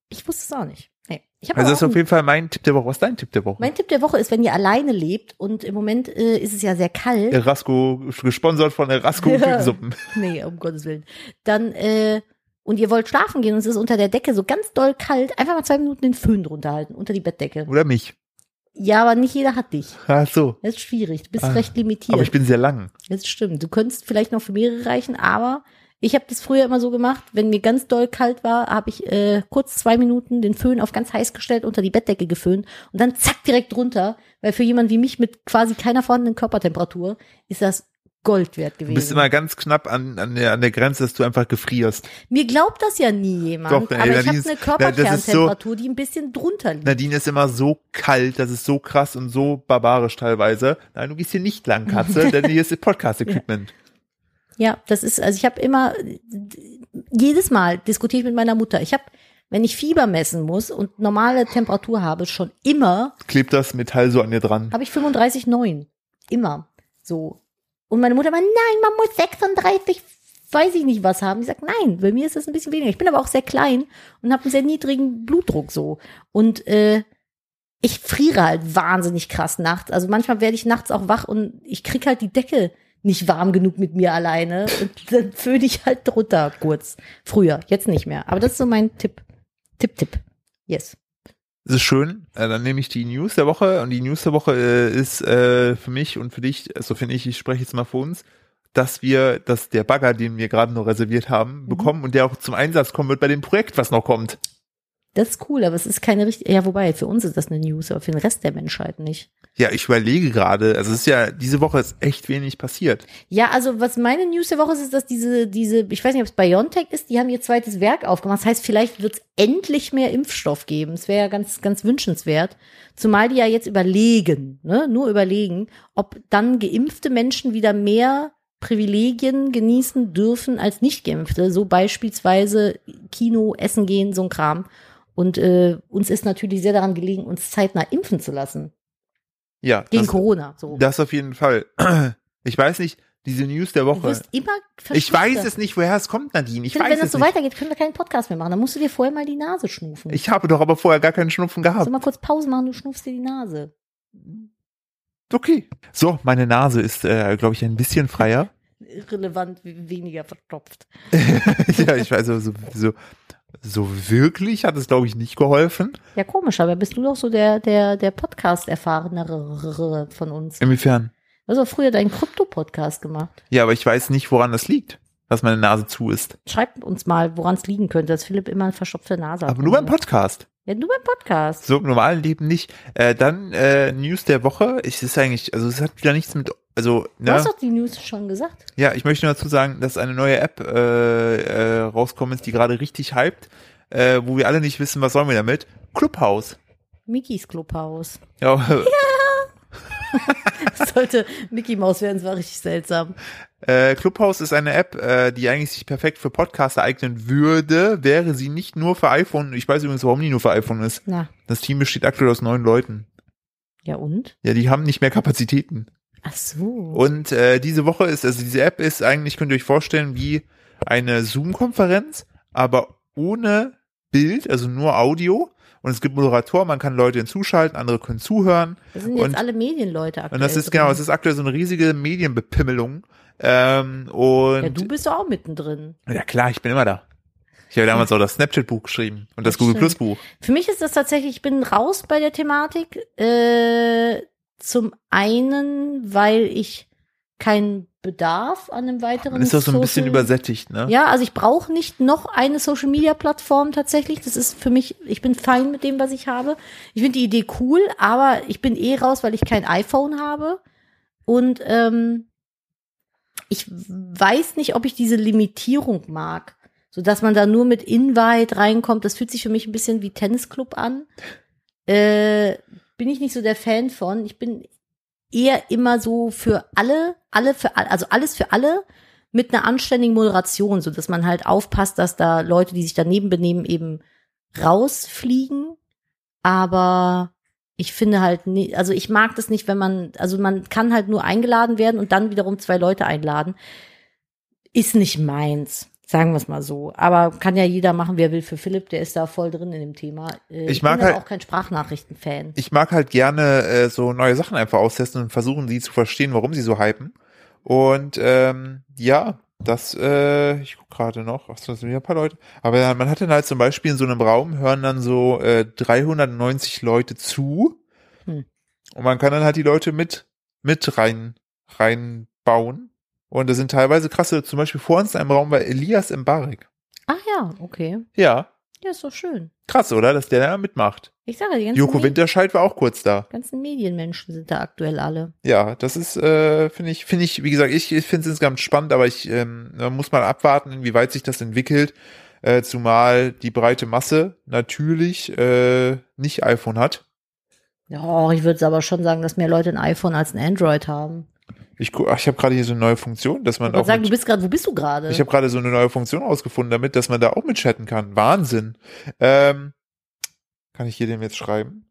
Ich wusste es auch nicht. Nee. Ich hab
Also
aber
das ist
auch
auf jeden Fall mein Tipp der Woche. Was ist dein Tipp der Woche?
Mein Tipp der Woche ist, wenn ihr alleine lebt und im Moment äh, ist es ja sehr kalt.
Erasco, gesponsert von Erasco
Ja.
Küchensuppen.
Nee, um Gottes Willen. Dann, äh, und ihr wollt schlafen gehen und es ist unter der Decke so ganz doll kalt, einfach mal zwei Minuten den Föhn drunter halten, unter die Bettdecke.
Oder mich.
Ja, aber nicht jeder hat dich.
Ach so.
Das ist schwierig. Du bist
Ah,
recht
Aber ich
limitiert.
bin sehr lang.
Das stimmt. Du könntest vielleicht noch für mehrere reichen, aber ich habe das früher immer so gemacht, wenn mir ganz doll kalt war, habe ich äh, kurz zwei Minuten den Föhn auf ganz heiß gestellt, unter die Bettdecke geföhnt und dann zack direkt drunter, weil für jemanden wie mich mit quasi keiner vorhandenen Körpertemperatur ist das Gold wert
Du
gewesen.
bist immer ganz knapp an, an, der, an der Grenze, dass du einfach gefrierst.
Mir glaubt das ja nie jemand,
Doch, ey,
aber ich
Nadine
habe
ist- na, das
eine
ist so-
Körperkerntemperatur, die ein bisschen drunter liegt.
Nadine ist immer so kalt, das ist so krass und so barbarisch teilweise. Nein, du gehst hier nicht lang, Katze, denn hier ist Podcast-Equipment.
Ja, das ist, also ich habe immer, jedes Mal diskutiere ich mit meiner Mutter. Ich habe, wenn ich Fieber messen muss und normale Temperatur habe, schon immer,
Klebt das Metall so an dir dran.
habe ich 35,9. Immer. So. Und meine Mutter meint, nein, man muss 36, weiß ich nicht was haben. Ich sage, nein, bei mir ist das ein bisschen weniger. Ich bin aber auch sehr klein und habe einen sehr niedrigen Blutdruck so. Und äh, ich friere halt wahnsinnig krass nachts. Also manchmal werde ich nachts auch wach und ich krieg halt die Decke nicht warm genug mit mir alleine. Und dann föhne ich halt drunter kurz. Früher, jetzt nicht mehr. Aber das ist so mein Tipp. Tipp, Tipp. Yes.
Das ist schön. Äh, Dann nehme ich die News der Woche und die News der Woche äh, ist äh, für mich und für dich, also finde ich, ich spreche jetzt mal für uns, dass wir, dass der
Mhm.
Bagger, den wir gerade noch reserviert haben, bekommen und der auch zum Einsatz kommen wird bei dem Projekt, was noch kommt.
Das ist cool, aber es ist keine richtige, ja, wobei, für uns ist das eine News, aber für den Rest der Menschheit nicht.
Ja, ich überlege gerade, also es ist ja, diese Woche ist echt wenig passiert.
Ja, also was meine News der Woche ist, ist, dass diese, diese, ich weiß nicht, ob es BioNTech ist, die haben ihr zweites Werk aufgemacht. Das heißt, vielleicht wird es endlich mehr Impfstoff geben. Es wäre ja ganz, ganz wünschenswert. Zumal die ja jetzt überlegen, ne, nur überlegen, ob dann geimpfte Menschen wieder mehr Privilegien genießen dürfen als nicht geimpfte. So beispielsweise Kino, Essen gehen, so ein Kram. Und äh, uns ist natürlich sehr daran gelegen, uns zeitnah impfen zu lassen.
Ja,
Gegen
das,
Corona. So.
das auf jeden Fall. Ich weiß nicht, diese News der
Du
Woche.
wirst immer
Ich weiß
verschluckter.
es nicht, woher es kommt, Nadine. Ich
Philipp,
weiß
wenn das
es
so
nicht.
weitergeht, können wir keinen Podcast mehr machen. Dann musst du dir vorher mal die Nase schnufen.
Ich habe doch aber vorher gar keinen Schnupfen gehabt.
Soll mal kurz Pause machen, du schnufst dir die Nase.
Okay. So, meine Nase ist, äh, glaube ich, ein bisschen freier.
Irrelevant, w- weniger verstopft.
ja, ich weiß, so, so, so, so wirklich hat es, glaube ich, nicht geholfen.
Ja, komisch, aber bist du doch so der, der, der Podcast-Erfahrenere von uns.
Inwiefern?
Du hast auch früher deinen Krypto-Podcast gemacht.
Ja, aber ich weiß nicht, woran das liegt, dass meine Nase zu ist.
Schreibt uns mal, woran es liegen könnte, dass Philipp immer eine verstopfte Nase hat.
Aber nur beim Podcast.
Ja, nur beim Podcast.
So im normalen Leben nicht. Äh, dann äh, News der Woche. Ich, es ist eigentlich, also es hat wieder nichts mit, also,
Du
ne?
hast doch die News schon gesagt.
Ja, ich möchte nur dazu sagen, dass eine neue App äh, äh, rauskommen ist, die gerade richtig hypt, äh, wo wir alle nicht wissen, was sollen wir damit. Clubhouse.
Mickeys Clubhaus.
Ja,
Das sollte Mickey Maus werden, das war richtig seltsam.
Äh, Clubhouse ist eine App, äh, die eigentlich sich perfekt für Podcaster eignen würde, wäre sie nicht nur für iPhone. Ich weiß übrigens, warum die nur für iPhone ist.
Na,
Das Team besteht aktuell aus neun Leuten.
ja und?
Ja, die haben nicht mehr Kapazitäten.
Ach so.
Und äh, diese Woche ist, also diese App ist eigentlich, könnt ihr euch vorstellen, wie eine Zoom-Konferenz, aber ohne Bild, also nur Audio. Und es gibt Moderatoren, man kann Leute hinzuschalten, andere können zuhören.
Das sind jetzt
und-
alle Medienleute aktuell.
Und das ist
drin.
genau, es ist aktuell so eine riesige Medienbepimmelung. Ähm, und
Ja, du bist doch auch mittendrin.
Ja klar, ich bin immer da. Ich habe damals auch das Snapchat-Buch geschrieben und das
Das
Google Plus
stimmt.
Buch.
Für mich ist das tatsächlich, ich bin raus bei der Thematik. Äh, zum einen, weil ich keinen Bedarf an einem weiteren
Man ist doch so ein bisschen
Social-
übersättigt, ne?
Ja, also ich brauche nicht noch eine Social Media Plattform tatsächlich. Das ist für mich, ich bin fein mit dem, was ich habe. Ich finde die Idee cool, aber ich bin eh raus, weil ich kein iPhone habe. Und ähm, ich weiß nicht, ob ich diese Limitierung mag. So dass man da nur mit Invite reinkommt. Das fühlt sich für mich ein bisschen wie Tennisclub an. Äh, bin ich nicht so der Fan von. Ich bin eher immer so für alle, alle für alle, also alles für alle mit einer anständigen Moderation, so dass man halt aufpasst, dass da Leute, die sich daneben benehmen, eben rausfliegen. Aber ich finde halt, nie, also ich mag das nicht, wenn man, also man kann halt nur eingeladen werden und dann wiederum zwei Leute einladen. Ist nicht meins, sagen wir es mal so. Aber kann ja jeder machen, wer will. Für Philipp, der ist da voll drin in dem Thema. Äh,
Ich mag
bin aber
halt-
auch kein Sprachnachrichten-Fan.
Ich mag halt gerne äh, so neue Sachen einfach austesten und versuchen, sie zu verstehen, warum sie so hypen. Und ähm, ja, das, äh, ich guck gerade noch, ach, so, das sind wieder ein paar Leute. Aber man hat dann halt zum Beispiel in so einem Raum, hören dann so äh, 390 Leute zu.
Hm.
Und man kann dann halt die Leute mit, mit rein, reinbauen. Und das sind teilweise krasse, zum Beispiel vor uns in einem Raum war Elias Mbarek.
Ach Ah ja, okay.
Ja,
Ja, ist doch schön.
krass, oder? Dass der da mitmacht.
Ich sage, ja, die ganzen,
Joko
Med
Winterscheid war auch kurz da.
ganzen Medienmenschen sind da aktuell alle.
Ja, das ist, äh, finde ich, finde ich, wie gesagt, ich, ich finde es insgesamt spannend, aber ich ähm, man muss mal abwarten, inwieweit sich das entwickelt, äh, zumal die breite Masse natürlich äh, nicht iPhone hat.
Ja, ich würde aber schon sagen, dass mehr Leute ein iPhone als ein Android haben.
Ich, gu- ach, ich habe gerade hier so eine neue Funktion, dass
Ich
man
würde
auch
sagen, du
mit,
bist gerade, wo bist du gerade?
ich habe gerade so eine neue Funktion ausgefunden, damit, dass man da auch mit chatten kann. Wahnsinn. Ähm, kann ich hier dem jetzt schreiben?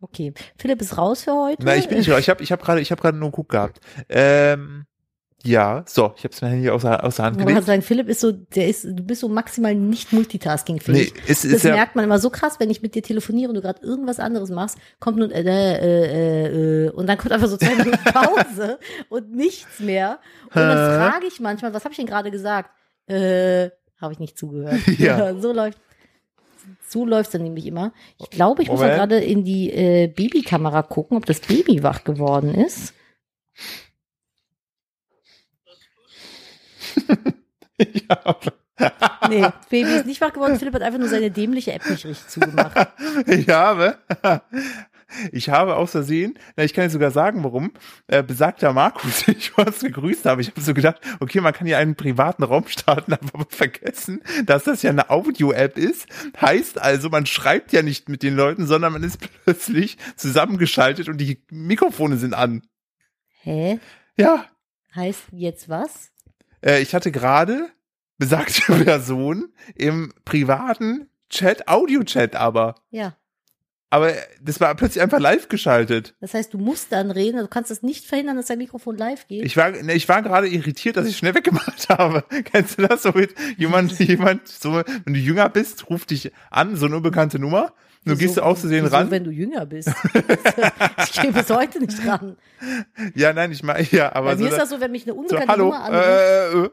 Okay. Philipp ist raus für heute.
Nein, ich bin nicht. Ich habe, ich habe gerade, ich habe gerade nur einen Guck gehabt. Ähm, ja, so, ich habe es mir Handy aus der, aus der Hand
Man kann
gelegt.
sagen, Philipp ist so, der ist, du bist so maximal nicht multitaskingfähig.
Nee, es
Das
ist ja,
merkt man immer so krass, wenn ich mit dir telefoniere und du gerade irgendwas anderes machst, kommt nun äh, äh, äh, äh, und dann kommt einfach so zwei Minuten Pause und nichts mehr. Und dann
Hä?
frage ich manchmal, was habe ich denn gerade gesagt? Äh, habe ich nicht zugehört.
Ja.
so läuft so läuft's dann nämlich immer. Ich glaube, ich muss mal
Moment.
gerade in die äh, Babykamera gucken, ob das Baby wach geworden ist.
ja,
Nee, Baby ist nicht wach geworden. Philipp hat einfach nur seine dämliche App nicht richtig zugemacht.
Ich habe, ich habe aus Versehen, na, ich kann jetzt sogar sagen, warum, äh, besagter Markus, den ich uns gegrüßt habe, ich habe so gedacht, okay, man kann hier einen privaten Raum starten, aber vergessen, dass das ja eine Audio-App ist. Heißt also, man schreibt ja nicht mit den Leuten, sondern man ist plötzlich zusammengeschaltet und die Mikrofone sind an.
Hä?
Ja,
Heißt jetzt was?
äh, ich hatte gerade besagte Person im privaten Chat, Audio-Chat aber.
Ja.
Aber das war plötzlich einfach live geschaltet.
Das heißt, du musst dann reden. also Du kannst es nicht verhindern, dass dein Mikrofon live geht.
Ich war, ne, ich war gerade irritiert, dass ich schnell weggemacht habe. Kennst du das so mit jemand, jemand, so, wenn du jünger bist, ruft dich an, so eine unbekannte Nummer. Du
Wieso-
gehst auszusehen
wieso,
ran.
wenn du jünger bist. ich gehe bis heute nicht ran.
Ja, nein, ich meine, ja, aber
Bei mir
so,
ist das so, wenn mich eine
so,
unbekannte
hallo,
Nummer anruft.
äh, äh,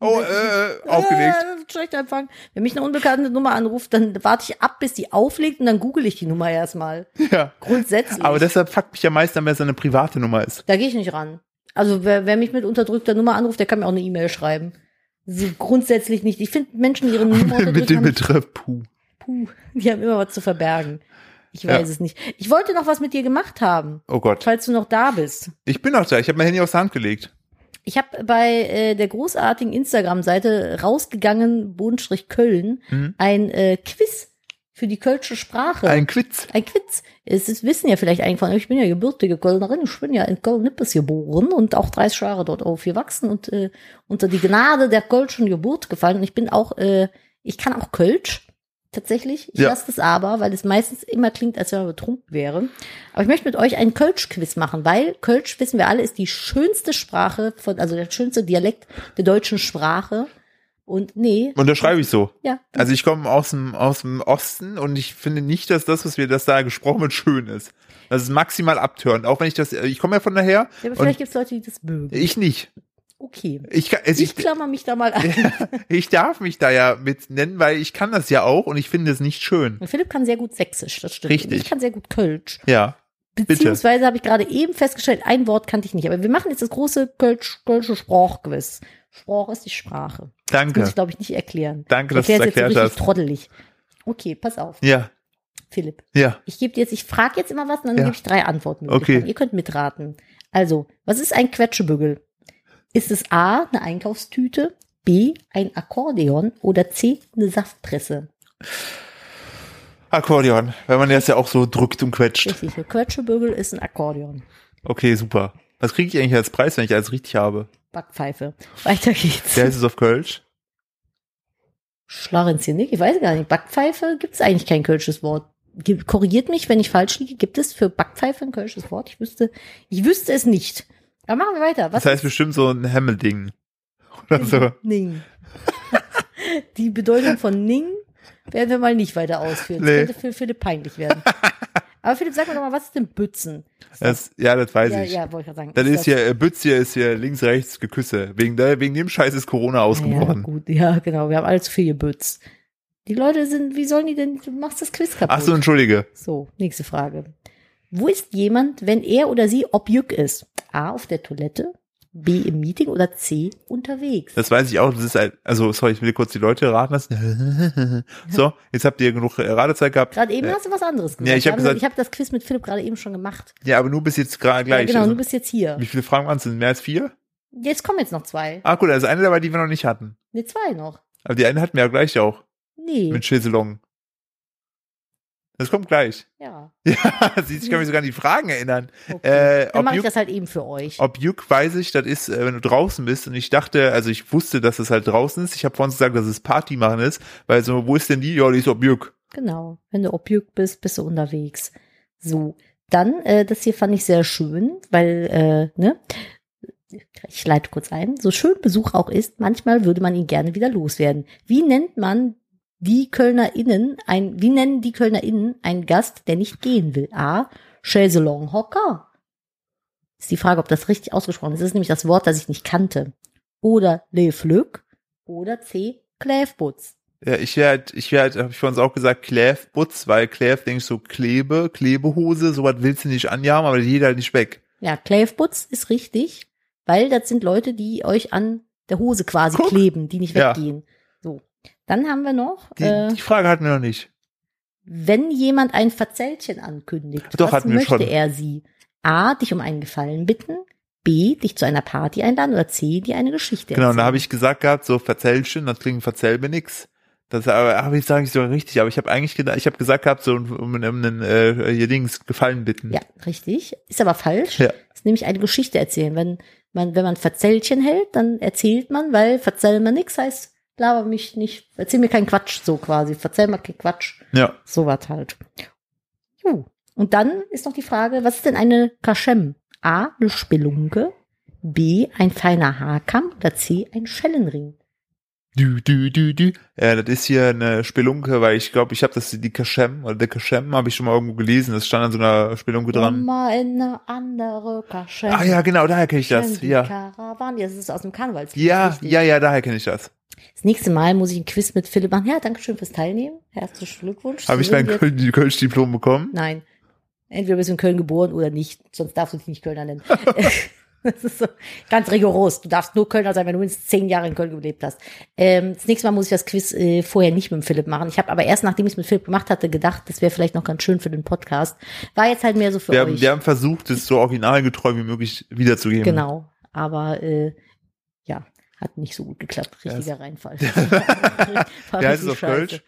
oh, äh, äh, aufgelegt.
Äh, schlechter Empfang. Wenn mich eine unbekannte Nummer anruft, dann warte ich ab, bis die auflegt und dann google ich die Nummer erstmal.
Ja.
Grundsätzlich.
Aber deshalb fuckt mich am meisten, wenn es eine private Nummer ist.
da gehe ich nicht ran. Also wer, wer mich mit unterdrückter Nummer anruft, der kann mir auch eine E-Mail schreiben. So grundsätzlich nicht. Ich finde Menschen, die ihre Nummer
mit
unterdrückt
dem
haben,
Betreff, puh.
puh, die haben immer was zu verbergen. Ich
Ja.
weiß es nicht. Ich wollte noch was mit dir gemacht haben,
Oh Gott.
falls du noch da bist.
Ich bin noch da. Ich habe mein Handy aus der Hand gelegt.
Ich habe bei äh, der großartigen Instagram-Seite rausgegangen, Bodenstrich Köln,
Mhm. Ah,
ein äh, Quiz für die kölsche Sprache.
Ein Quiz.
Ein Quiz. Es ist, wissen ja vielleicht einige von euch, ich bin ja gebürtige Kölnerin, ich bin ja in Köln-Nippes geboren und auch 30 Jahre dort aufgewachsen und äh, unter die Gnade der kölschen Geburt gefallen. Und ich bin auch, äh, ich kann auch Kölsch, tatsächlich. Ich
Ja.
lasse es aber, weil es meistens immer klingt, als wenn man betrunken wäre. Aber ich möchte mit euch einen Kölsch-Quiz machen, weil Kölsch, wissen wir alle, ist die schönste Sprache, von, also der schönste Dialekt der deutschen Sprache. Und nee,
Und da schreibe ich so.
ja,
Also ich komme aus dem, aus dem Osten und ich finde nicht, dass das, was wir das da gesprochen wird, schön ist. Das ist maximal abtörend. Auch wenn ich das, ich komme ja von daher,
Ja, aber
Und-
vielleicht gibt es Leute, die das mögen.
ich nicht.
Okay.
Ich, kann- also
Ich
ich,
klammer mich da mal an.
ich darf mich da ja mit nennen, weil ich kann das ja auch und ich finde es nicht schön.
Und Philipp kann sehr gut Sächsisch, das stimmt.
Richtig.
Ich kann sehr gut Kölsch.
Ja,
Beziehungsweise habe ich gerade eben festgestellt, ein Wort kannte ich nicht. Aber wir machen jetzt das große Kölsch, Kölsche Sprachquiz. Sprach ist die Sprache. Das muss
danke.
ich, glaube ich, nicht erklären.
Danke, dass
ich erkläre
du
es
es
jetzt so
erklärt
richtig troddelig. Okay, pass auf,
Ja,
Philipp.
ja.
Ich gebe dir jetzt, ich frage jetzt immer was und dann
Ja.
gebe ich drei Antwortmöglichkeiten.
Okay.
Ihr könnt mitraten. Also, was ist ein Quetschebügel? Ist es A, eine Einkaufstüte, B, ein Akkordeon oder C, eine Saftpresse?
Akkordeon, wenn man das ja auch so drückt und quetscht.
Richtig, ein Quetschebügel ist ein Akkordeon.
Okay, super. Was kriege ich eigentlich als Preis, wenn ich alles richtig habe?
Backpfeife. Weiter geht's.
Der ist es auf Kölsch.
Schlarenzinik, ich weiß gar nicht. Backpfeife gibt es eigentlich kein kölsches Wort. Ge- Korrigiert mich, wenn ich falsch liege. Gibt es für Backpfeife ein kölsches Wort? Ich wüsste, ich wüsste es nicht. Aber machen wir weiter. Was
Das heißt bestimmt so ein Hemmelding. Oder so.
Ning. Die Bedeutung von Ning werden wir mal nicht weiter ausführen. Das
Nee.
könnte für Philipp peinlich werden. Aber Philipp, sag mir doch mal, was ist denn Bützen?
Das, ja, das weiß
ja,
ich.
ja, wollte ich gerade sagen.
Dann ist
das-
hier, äh, Bütz hier ist hier links, rechts geküsse. Wegen, der, wegen dem Scheiß ist Corona
Ja,
ausgebrochen.
gut, ja, genau. Wir haben alles viel gebützt. Die Leute sind, wie sollen die denn, du machst das Quiz kaputt.
Ach so, entschuldige.
So, nächste Frage. Wo ist jemand, wenn er oder sie objück ist? A, auf der Toilette, B, im Meeting oder C, unterwegs?
Das weiß ich auch. Das ist halt, also, sorry, ich will kurz die Leute raten lassen. so, jetzt habt ihr genug äh, Radezeit gehabt.
Gerade eben hast du was anderes gesagt.
Ja, ich hab
Wir haben-
gesagt-
ich hab das Quiz mit Philipp gerade eben schon gemacht.
Ja, aber nur bis jetzt gerade gleich.
ja, genau,
also,
du bist jetzt hier.
wie viele Fragen waren es denn? Mehr als vier?
Jetzt kommen jetzt noch zwei.
Ah, gut, da ist eine dabei, die wir noch nicht hatten.
Ne, zwei noch.
Aber die eine hatten wir ja gleich auch.
Nee,
Mit Chiselong. Das kommt gleich.
ja.
Ja, siehst, ich kann mich sogar an die Fragen erinnern.
Okay.
Äh,
Dann
ob
mache ich
Juk,
das halt eben für euch.
ob Juk weiß ich, das ist, äh, wenn du draußen bist. Und ich dachte, also ich wusste, dass es halt draußen ist. Ich habe vorhin gesagt, dass es Party machen ist. Weil so, wo ist denn die? Ja, die ist ob Juk.
Genau. Wenn du objück bist, bist du unterwegs. So. Dann, äh, das hier fand ich sehr schön, weil, äh, ne? Ich leite kurz ein. So schön Besuch auch ist, manchmal würde man ihn gerne wieder loswerden. Wie nennt man die KölnerInnen ein, wie nennen die KölnerInnen einen Gast, der nicht gehen will? A. Chaiselong-Hocker. Ist die Frage, ob das richtig ausgesprochen ist. Das ist nämlich das Wort, das ich nicht kannte. Oder Le Flück. Oder C. Kläfbutz.
Ja, ich wäre halt, ich wäre halt, habe ich vorhin auch gesagt, Kläfbutz, weil Kläf denke ich so Klebe, Klebehose, sowas willst du nicht anjagen, aber die geht halt nicht weg.
Ja, Clavebutz ist richtig, weil das sind Leute, die euch an der Hose quasi
Guck.
kleben, die nicht
Ja.
weggehen. So, Dann haben wir noch,
Die,
äh,
die Frage hatten wir noch nicht.
wenn jemand ein Verzellchen ankündigt,
Doch,
was
hatten wir
möchte
schon.
er sie? A, dich um einen Gefallen bitten, B, dich zu einer Party einladen oder C, dir eine Geschichte
Genau, und
erzählen.
da habe ich gesagt gehabt, so Verzellchen, das klingt Verzellbe nix. Das aber habe ich sage ich so richtig, aber ich habe eigentlich gedacht, ich habe gesagt gehabt, so um, um, um einen äh, ihr Dings gefallen bitten.
Ja, richtig. Ist aber falsch.
Ja.
Ist nämlich eine Geschichte erzählen. Wenn man, wenn man Verzellchen hält, dann erzählt man, weil verzell mir nix heißt, laber mich nicht, erzähl mir keinen Quatsch, so quasi. Verzell mir keinen Quatsch.
Ja.
So was halt. Juh. Und dann ist noch die Frage, was ist denn eine Kaschem? A, eine Spelunke, B, ein feiner Haarkamm oder C, ein Schellenring.
Du, du, du, du. Äh, das ist hier eine Spelunke, weil ich glaube, ich habe das die Kaschem oder der Kaschem habe ich schon mal irgendwo gelesen. Das stand an so einer Spelunke dran.
Immer in eine andere Kaschem.
Ah ja, genau, daher kenne ich
Schem,
das.
die
Ja.
Karawane. Das ist aus dem Karnevalslied.
Ja,
richtig.
ja, ja, daher kenne ich das.
Das nächste Mal muss ich ein Quiz mit Philipp machen. Ja, danke schön fürs Teilnehmen. Herzlichen Glückwunsch.
Habe
Sie
ich mein
sind jetzt-
Köln- Kölsch-Diplom bekommen?
Nein. Entweder bist du in Köln geboren oder nicht. Sonst darfst du dich nicht Kölner nennen. das ist so ganz rigoros. Du darfst nur Kölner sein, wenn du mindestens zehn Jahre in Köln gelebt hast. Ähm, das nächste Mal muss ich das Quiz äh, vorher nicht mit dem Philipp machen. Ich habe aber erst, nachdem ich es mit Philipp gemacht hatte, gedacht, das wäre vielleicht noch ganz schön für den Podcast. War jetzt halt mehr so für
Wir haben,
euch.
wir haben versucht, es so originalgetreu wie möglich wiederzugeben.
genau. Aber äh, ja, hat nicht so gut geklappt. Richtiger Reinfall. War
Wie heißt
richtig
es auf
scheiße.
Kölsch?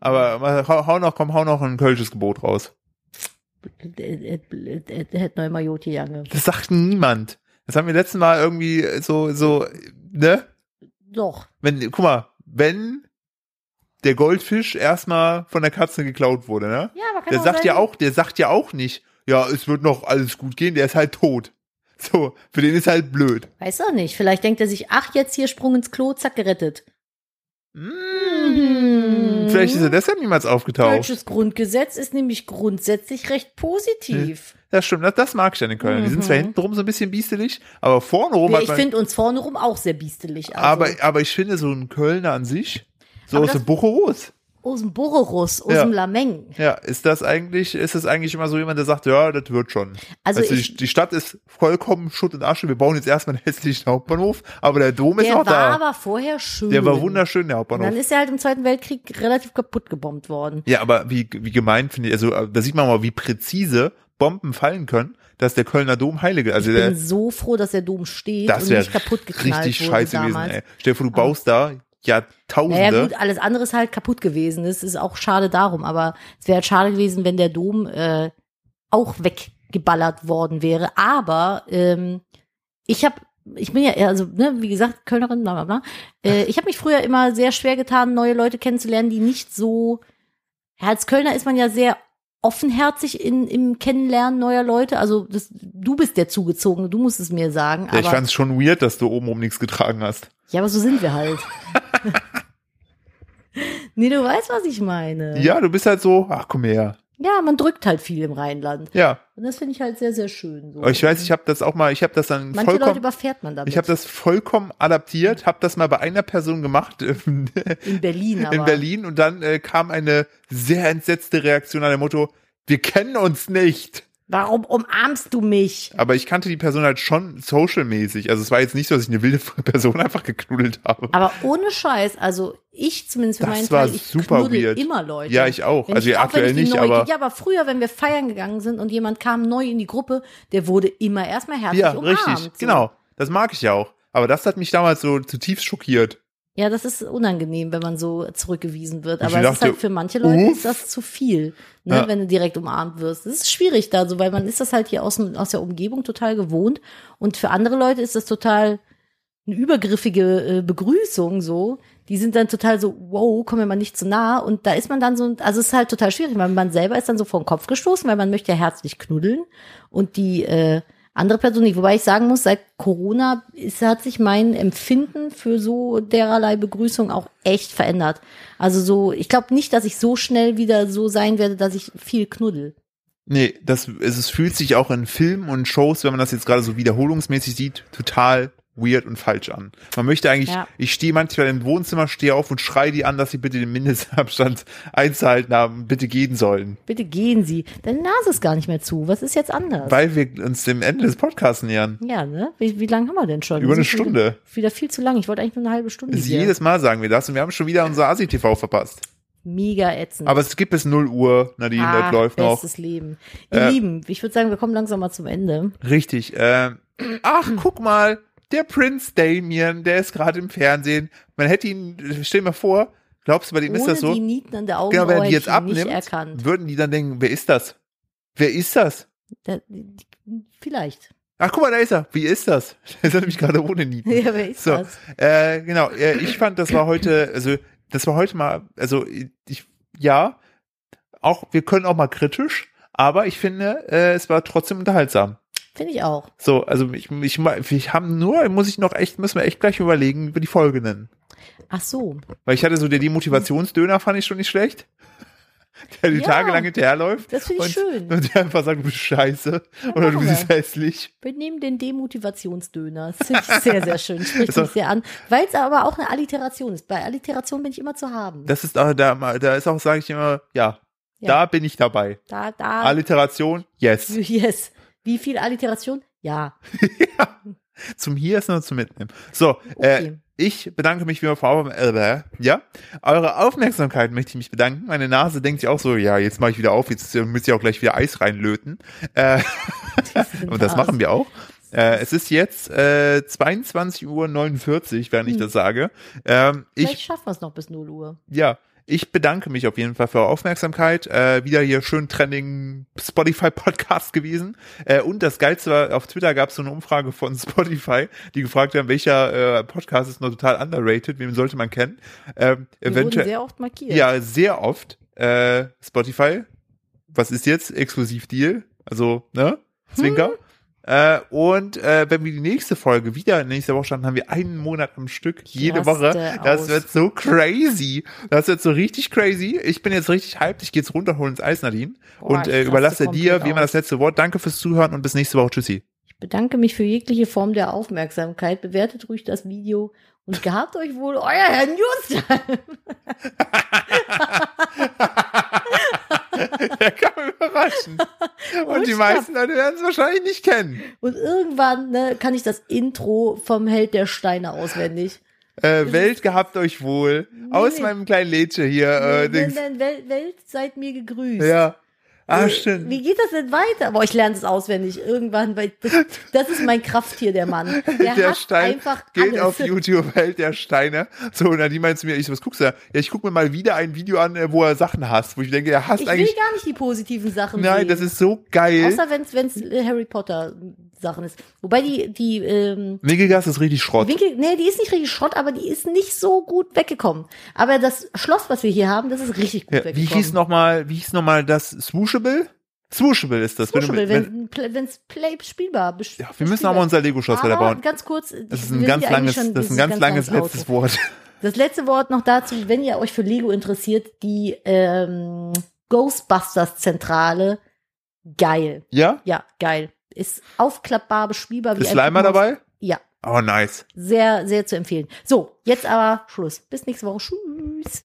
Aber mal, hau, hau noch, komm, hau noch ein kölsches Gebot raus.
hätte Neumann Joti Jange.
Das sagt niemand. Das haben wir letzten Mal irgendwie so, so, ne?
Doch,
Wenn, guck mal, wenn der Goldfisch erstmal von der Katze geklaut wurde, ne?
ja, aber kann
Der
doch
sagt
sein-
ja auch, der sagt ja auch nicht, ja, es wird noch alles gut gehen, der ist halt tot. So, für den ist halt blöd.
Weiß auch nicht. Vielleicht denkt er sich, ach, jetzt hier Sprung ins Klo, zack, gerettet. Mhm.
Vielleicht ist er deshalb niemals aufgetaucht.
Deutsches Grundgesetz ist nämlich grundsätzlich recht positiv.
Das stimmt, das, das mag ich an den Kölnern. Die sind zwar
Mhm.
hintenrum so ein bisschen biestelig, aber vorne
Wir,
hat
ich
man.
finde uns vorne rum auch sehr biestelig. Also.
Aber, aber ich finde so ein Kölner an sich, so
Aber
aus
das-
dem Bucherus,
aus dem Bororus, aus
Ja.
dem Lameng.
ja, ist das eigentlich, ist das eigentlich immer so jemand, der sagt, ja, das wird schon.
Also
Also
ich-
die, die Stadt ist vollkommen Schutt und Asche, wir bauen jetzt erstmal einen hässlichen Hauptbahnhof, aber der Dom ist
Der war
noch da.
aber vorher schön.
Der war wunderschön, der
Und dann
Hauptbahnhof.
ist er halt im Zweiten Weltkrieg relativ kaputt gebombt worden.
Ja, aber wie, wie gemein finde ich, also äh, da sieht man mal, wie präzise Bomben fallen können, dass der Kölner Dom heilige, also
Ich
der,
bin so froh, dass der Dom steht
das
und
wäre
nicht kaputt geknallt
richtig
wurde
scheiße gewesen,
damals.
ey. Stell dir vor, du baust da Jahrtausende.
Naja gut, alles andere ist halt kaputt gewesen. Das ist auch schade darum. Aber es wäre halt schade gewesen, wenn der Dom äh, auch weggeballert worden wäre. Aber ähm, ich habe, ich bin ja, eher- also ne, wie gesagt, Kölnerin, bla bla bla. Äh, ich habe mich früher immer sehr schwer getan, neue Leute kennenzulernen, die nicht so. Ja, als Kölner ist man ja sehr offenherzig in, im Kennenlernen neuer Leute. Also das, du bist der Zugezogene, du musst es mir sagen.
ja, ich
aber,
fand es schon weird, dass du obenrum nichts getragen hast.
ja, aber so sind wir halt. nee, du weißt, was ich meine.
Ja, du bist halt so, ach komm her.
Ja, man drückt halt viel im Rheinland.
Ja,
Und das finde ich halt sehr, sehr schön. So.
aber ich weiß, ich habe das auch mal, ich habe das dann
Manche Leute
vollkommen
überfährt man damit.
ich habe das vollkommen adaptiert,
Mhm.
habe das mal bei einer Person gemacht äh, in
in Berlin, aber.
Berlin und dann äh, kam eine sehr entsetzte Reaktion an dem Motto, wir kennen uns nicht.
Warum umarmst du mich?
Aber ich kannte die Person halt schon socialmäßig. Also es war jetzt nicht so, dass ich eine wilde Person einfach geknuddelt habe.
Aber ohne Scheiß, also ich zumindest für
Das
meinen
war
Teil, ich
super
knuddel
weird.
immer Leute.
Ja, ich auch.
Wenn
Also
ich,
aktuell
auch wenn ich die
nicht,
neu,
aber-
Ja, aber früher, wenn wir feiern gegangen sind und jemand kam neu in die Gruppe, der wurde immer erstmal herzlich
Ja,
umarmt.
richtig.
so.
Genau. Das mag ich ja auch. Aber das hat mich damals so zutiefst schockiert.
Ja, das ist unangenehm, wenn man so zurückgewiesen wird.
Ich
Aber es ist
dachte,
halt für manche Leute
uff.
ist das zu viel, ne,
Ja.
wenn du direkt umarmt wirst. Das ist schwierig da, so weil man ist das halt hier aus, dem- aus der Umgebung total gewohnt. Und für andere Leute ist das total eine übergriffige äh, Begrüßung so. Die sind dann total so, wow, komm mir mal nicht zu nah. Und da ist man dann so, also es ist halt total schwierig, weil man selber ist dann so vor den Kopf gestoßen, weil man möchte ja herzlich knuddeln. Und die äh, andere Person nicht. Wobei ich sagen muss, seit Corona ist, hat sich mein Empfinden für so dererlei Begrüßung auch echt verändert. Also so, ich glaube nicht, dass ich so schnell wieder so sein werde, dass ich viel knuddel.
Nee, das, es, es fühlt sich auch in Filmen und Shows, wenn man das jetzt gerade so wiederholungsmäßig sieht, total weird und falsch an. Man möchte eigentlich,
Ja.
ich stehe manchmal im Wohnzimmer, stehe auf und schreie die an, dass sie bitte den Mindestabstand einzuhalten haben, bitte gehen sollen.
Bitte gehen Sie. Deine Nase ist gar nicht mehr zu. Was ist jetzt anders?
Weil wir uns dem Ende des Podcasts nähern.
ja, ne? Wie, wie lange haben wir denn schon?
Über eine
Wir sind schon
Stunde.
Wieder viel zu lang. Ich wollte eigentlich nur eine halbe Stunde.
Ist
Hier.
Jedes Mal sagen wir das und wir haben schon wieder unser ASI-TV verpasst.
Mega ätzend.
Aber es gibt bis 0 Uhr, Nadine,
Ah,
das läuft noch. Äh.
bestes Leben. Ihr Lieben, ich würde sagen, wir kommen langsam mal zum Ende.
Richtig. Äh, ach, guck mal, der Prinz Damien, der ist gerade im Fernsehen. Man hätte ihn, stell dir mal vor, glaubst du, bei dem
Ohne
ist das so?
die Nieten an der
Genau,
Augenbraue
wenn er die
hätte
jetzt
ich ihn nicht
abnimmt,
erkannt.
würden die dann denken, wer ist das? Wer ist das?
Da, vielleicht.
Ach, guck mal, da ist er. Wie ist das? Der ist er nämlich gerade ohne Nieten.
Ja, wer ist
so,
das?
äh, genau. Äh, ich fand, das war heute, also, das war heute mal, also, ich, ja, auch, wir können auch mal kritisch, aber ich finde, äh, es war trotzdem unterhaltsam.
Finde ich auch.
So, also ich, ich, ich haben nur, muss ich noch echt, müssen wir echt gleich überlegen, wie wir die Folge nennen.
Ach so.
Weil ich hatte so der Demotivationsdöner, fand ich schon nicht schlecht. Der die
Ja.
Tage lang hinterherläuft.
Das finde ich
und,
schön.
Und der einfach sagt, du bist scheiße. oder du
machen
bist hässlich.
Wir nehmen den Demotivationsdöner. Das finde ich sehr, sehr schön. Spricht
So.
mich sehr an. Weil es aber auch eine Alliteration ist. Bei Alliteration bin ich immer zu haben.
Das ist auch, da, da ist auch, sage ich immer, ja,
Ja. Ah.
da bin ich dabei.
Da, da.
Alliteration, yes.
yes. Wie viel Alliteration? Ja.
Zum Hier ist nur zum Mitnehmen. So, äh,
Okay.
ich bedanke mich wie immer vor allem, äh, ja, eure Aufmerksamkeit möchte ich mich bedanken. Meine Nase denkt sich auch so, ja, jetzt mache ich wieder auf, jetzt äh, müsst ihr auch gleich wieder Eis reinlöten. Äh, und das machen wir auch. Äh, es ist jetzt äh, 22.49 Uhr, während
Mhm.
ich das sage. Ähm,
Vielleicht
ich,
schaffen wir es noch bis 0 Uhr.
ja, ich bedanke mich auf jeden Fall für eure Aufmerksamkeit. Äh, wieder hier schön trending Spotify-Podcast gewesen. Äh, und das Geilste war, auf Twitter gab es so eine Umfrage von Spotify, die gefragt haben, welcher äh, Podcast ist noch total underrated, wem sollte man kennen. Ähm,
Wir wurden
eventuell,
sehr oft markiert.
ja, sehr oft. Äh, Spotify, was ist jetzt? Exklusivdeal. Also, ne?
Hm.
Zwinker. Äh, und äh, wenn wir die nächste Folge wieder in nächster Woche starten, haben wir einen Monat am Stück, jede
Raste
Woche. Das
aus.
wird so crazy. Das wird so richtig crazy. Ich bin jetzt richtig hyped. Ich gehe jetzt runter, hol ins Eis, Nadine.
Boah,
und
ich
äh,
raste
überlasse dir,
komplett
wie immer, das
aus.
letzte Wort. Danke fürs Zuhören und bis nächste Woche. Tschüssi.
Ich bedanke mich für jegliche Form der Aufmerksamkeit. Bewertet ruhig das Video und gehabt euch wohl, euer Herr Newstime.
Der kam überraschen. und die
Urstadt.
meisten Leute werden es wahrscheinlich nicht kennen.
Und irgendwann ne, kann ich das Intro vom Held der Steine auswendig.
Äh, Welt gehabt euch wohl. Aus
nee.
meinem kleinen Lädchen hier. Äh,
nein,
Dings.
nein, Welt, Welt, seid mir gegrüßt.
Ja. Ah,
Äh,
stimmt.
Wie geht das denn weiter? Boah, ich lerne es auswendig irgendwann, weil das, das ist mein Krafttier, der Mann. Der,
der
hat
Stein
einfach
geht
alles.
auf YouTube, Welt der Steine. So, und Nadine meint zu mir, ich so, was guckst du da? Ja, ich guck mir mal wieder ein Video an, äh, wo er Sachen hasst, wo ich denke, er hasst
Ich will
eigentlich.
gar nicht die positiven Sachen
Nein,
sehen.
das ist so geil.
Außer wenn es Harry Potter Sachen ist. Wobei die, die, ähm,
Winkelgas ist richtig Schrott.
Winkel, nee, die ist nicht richtig Schrott, aber die ist nicht so gut weggekommen. Aber das Schloss, was wir hier haben, das ist richtig gut
ja, wie
weggekommen.
hieß nochmal, wie hieß nochmal das Swooshable? Swooshable ist das. wenn du
Swooshable,
mit- wenn-
wenn wenn's Play spielbar bes-
ja, wir müssen auch
bespielbar
mal
ist.
unser Lego-Schloss
Aber
wieder bauen.
Ganz kurz, ich
Das ist ein
will
ganz
hier
langes,
eigentlich
das ist
schon-
ein ganz langes
langes
letztes
Outro.
Wort.
Das letzte Wort noch dazu, wenn ihr euch für Lego interessiert, die ähm, Ghostbusters Zentrale, geil.
Ja?
Ja, geil. Ist aufklappbar, bespielbar.
Ist
ein
Slimer
Puppenhaus.
dabei?
Ja,
Oh, nice.
sehr, sehr zu empfehlen. So, jetzt aber Schluss. Bis nächste Woche. Tschüss.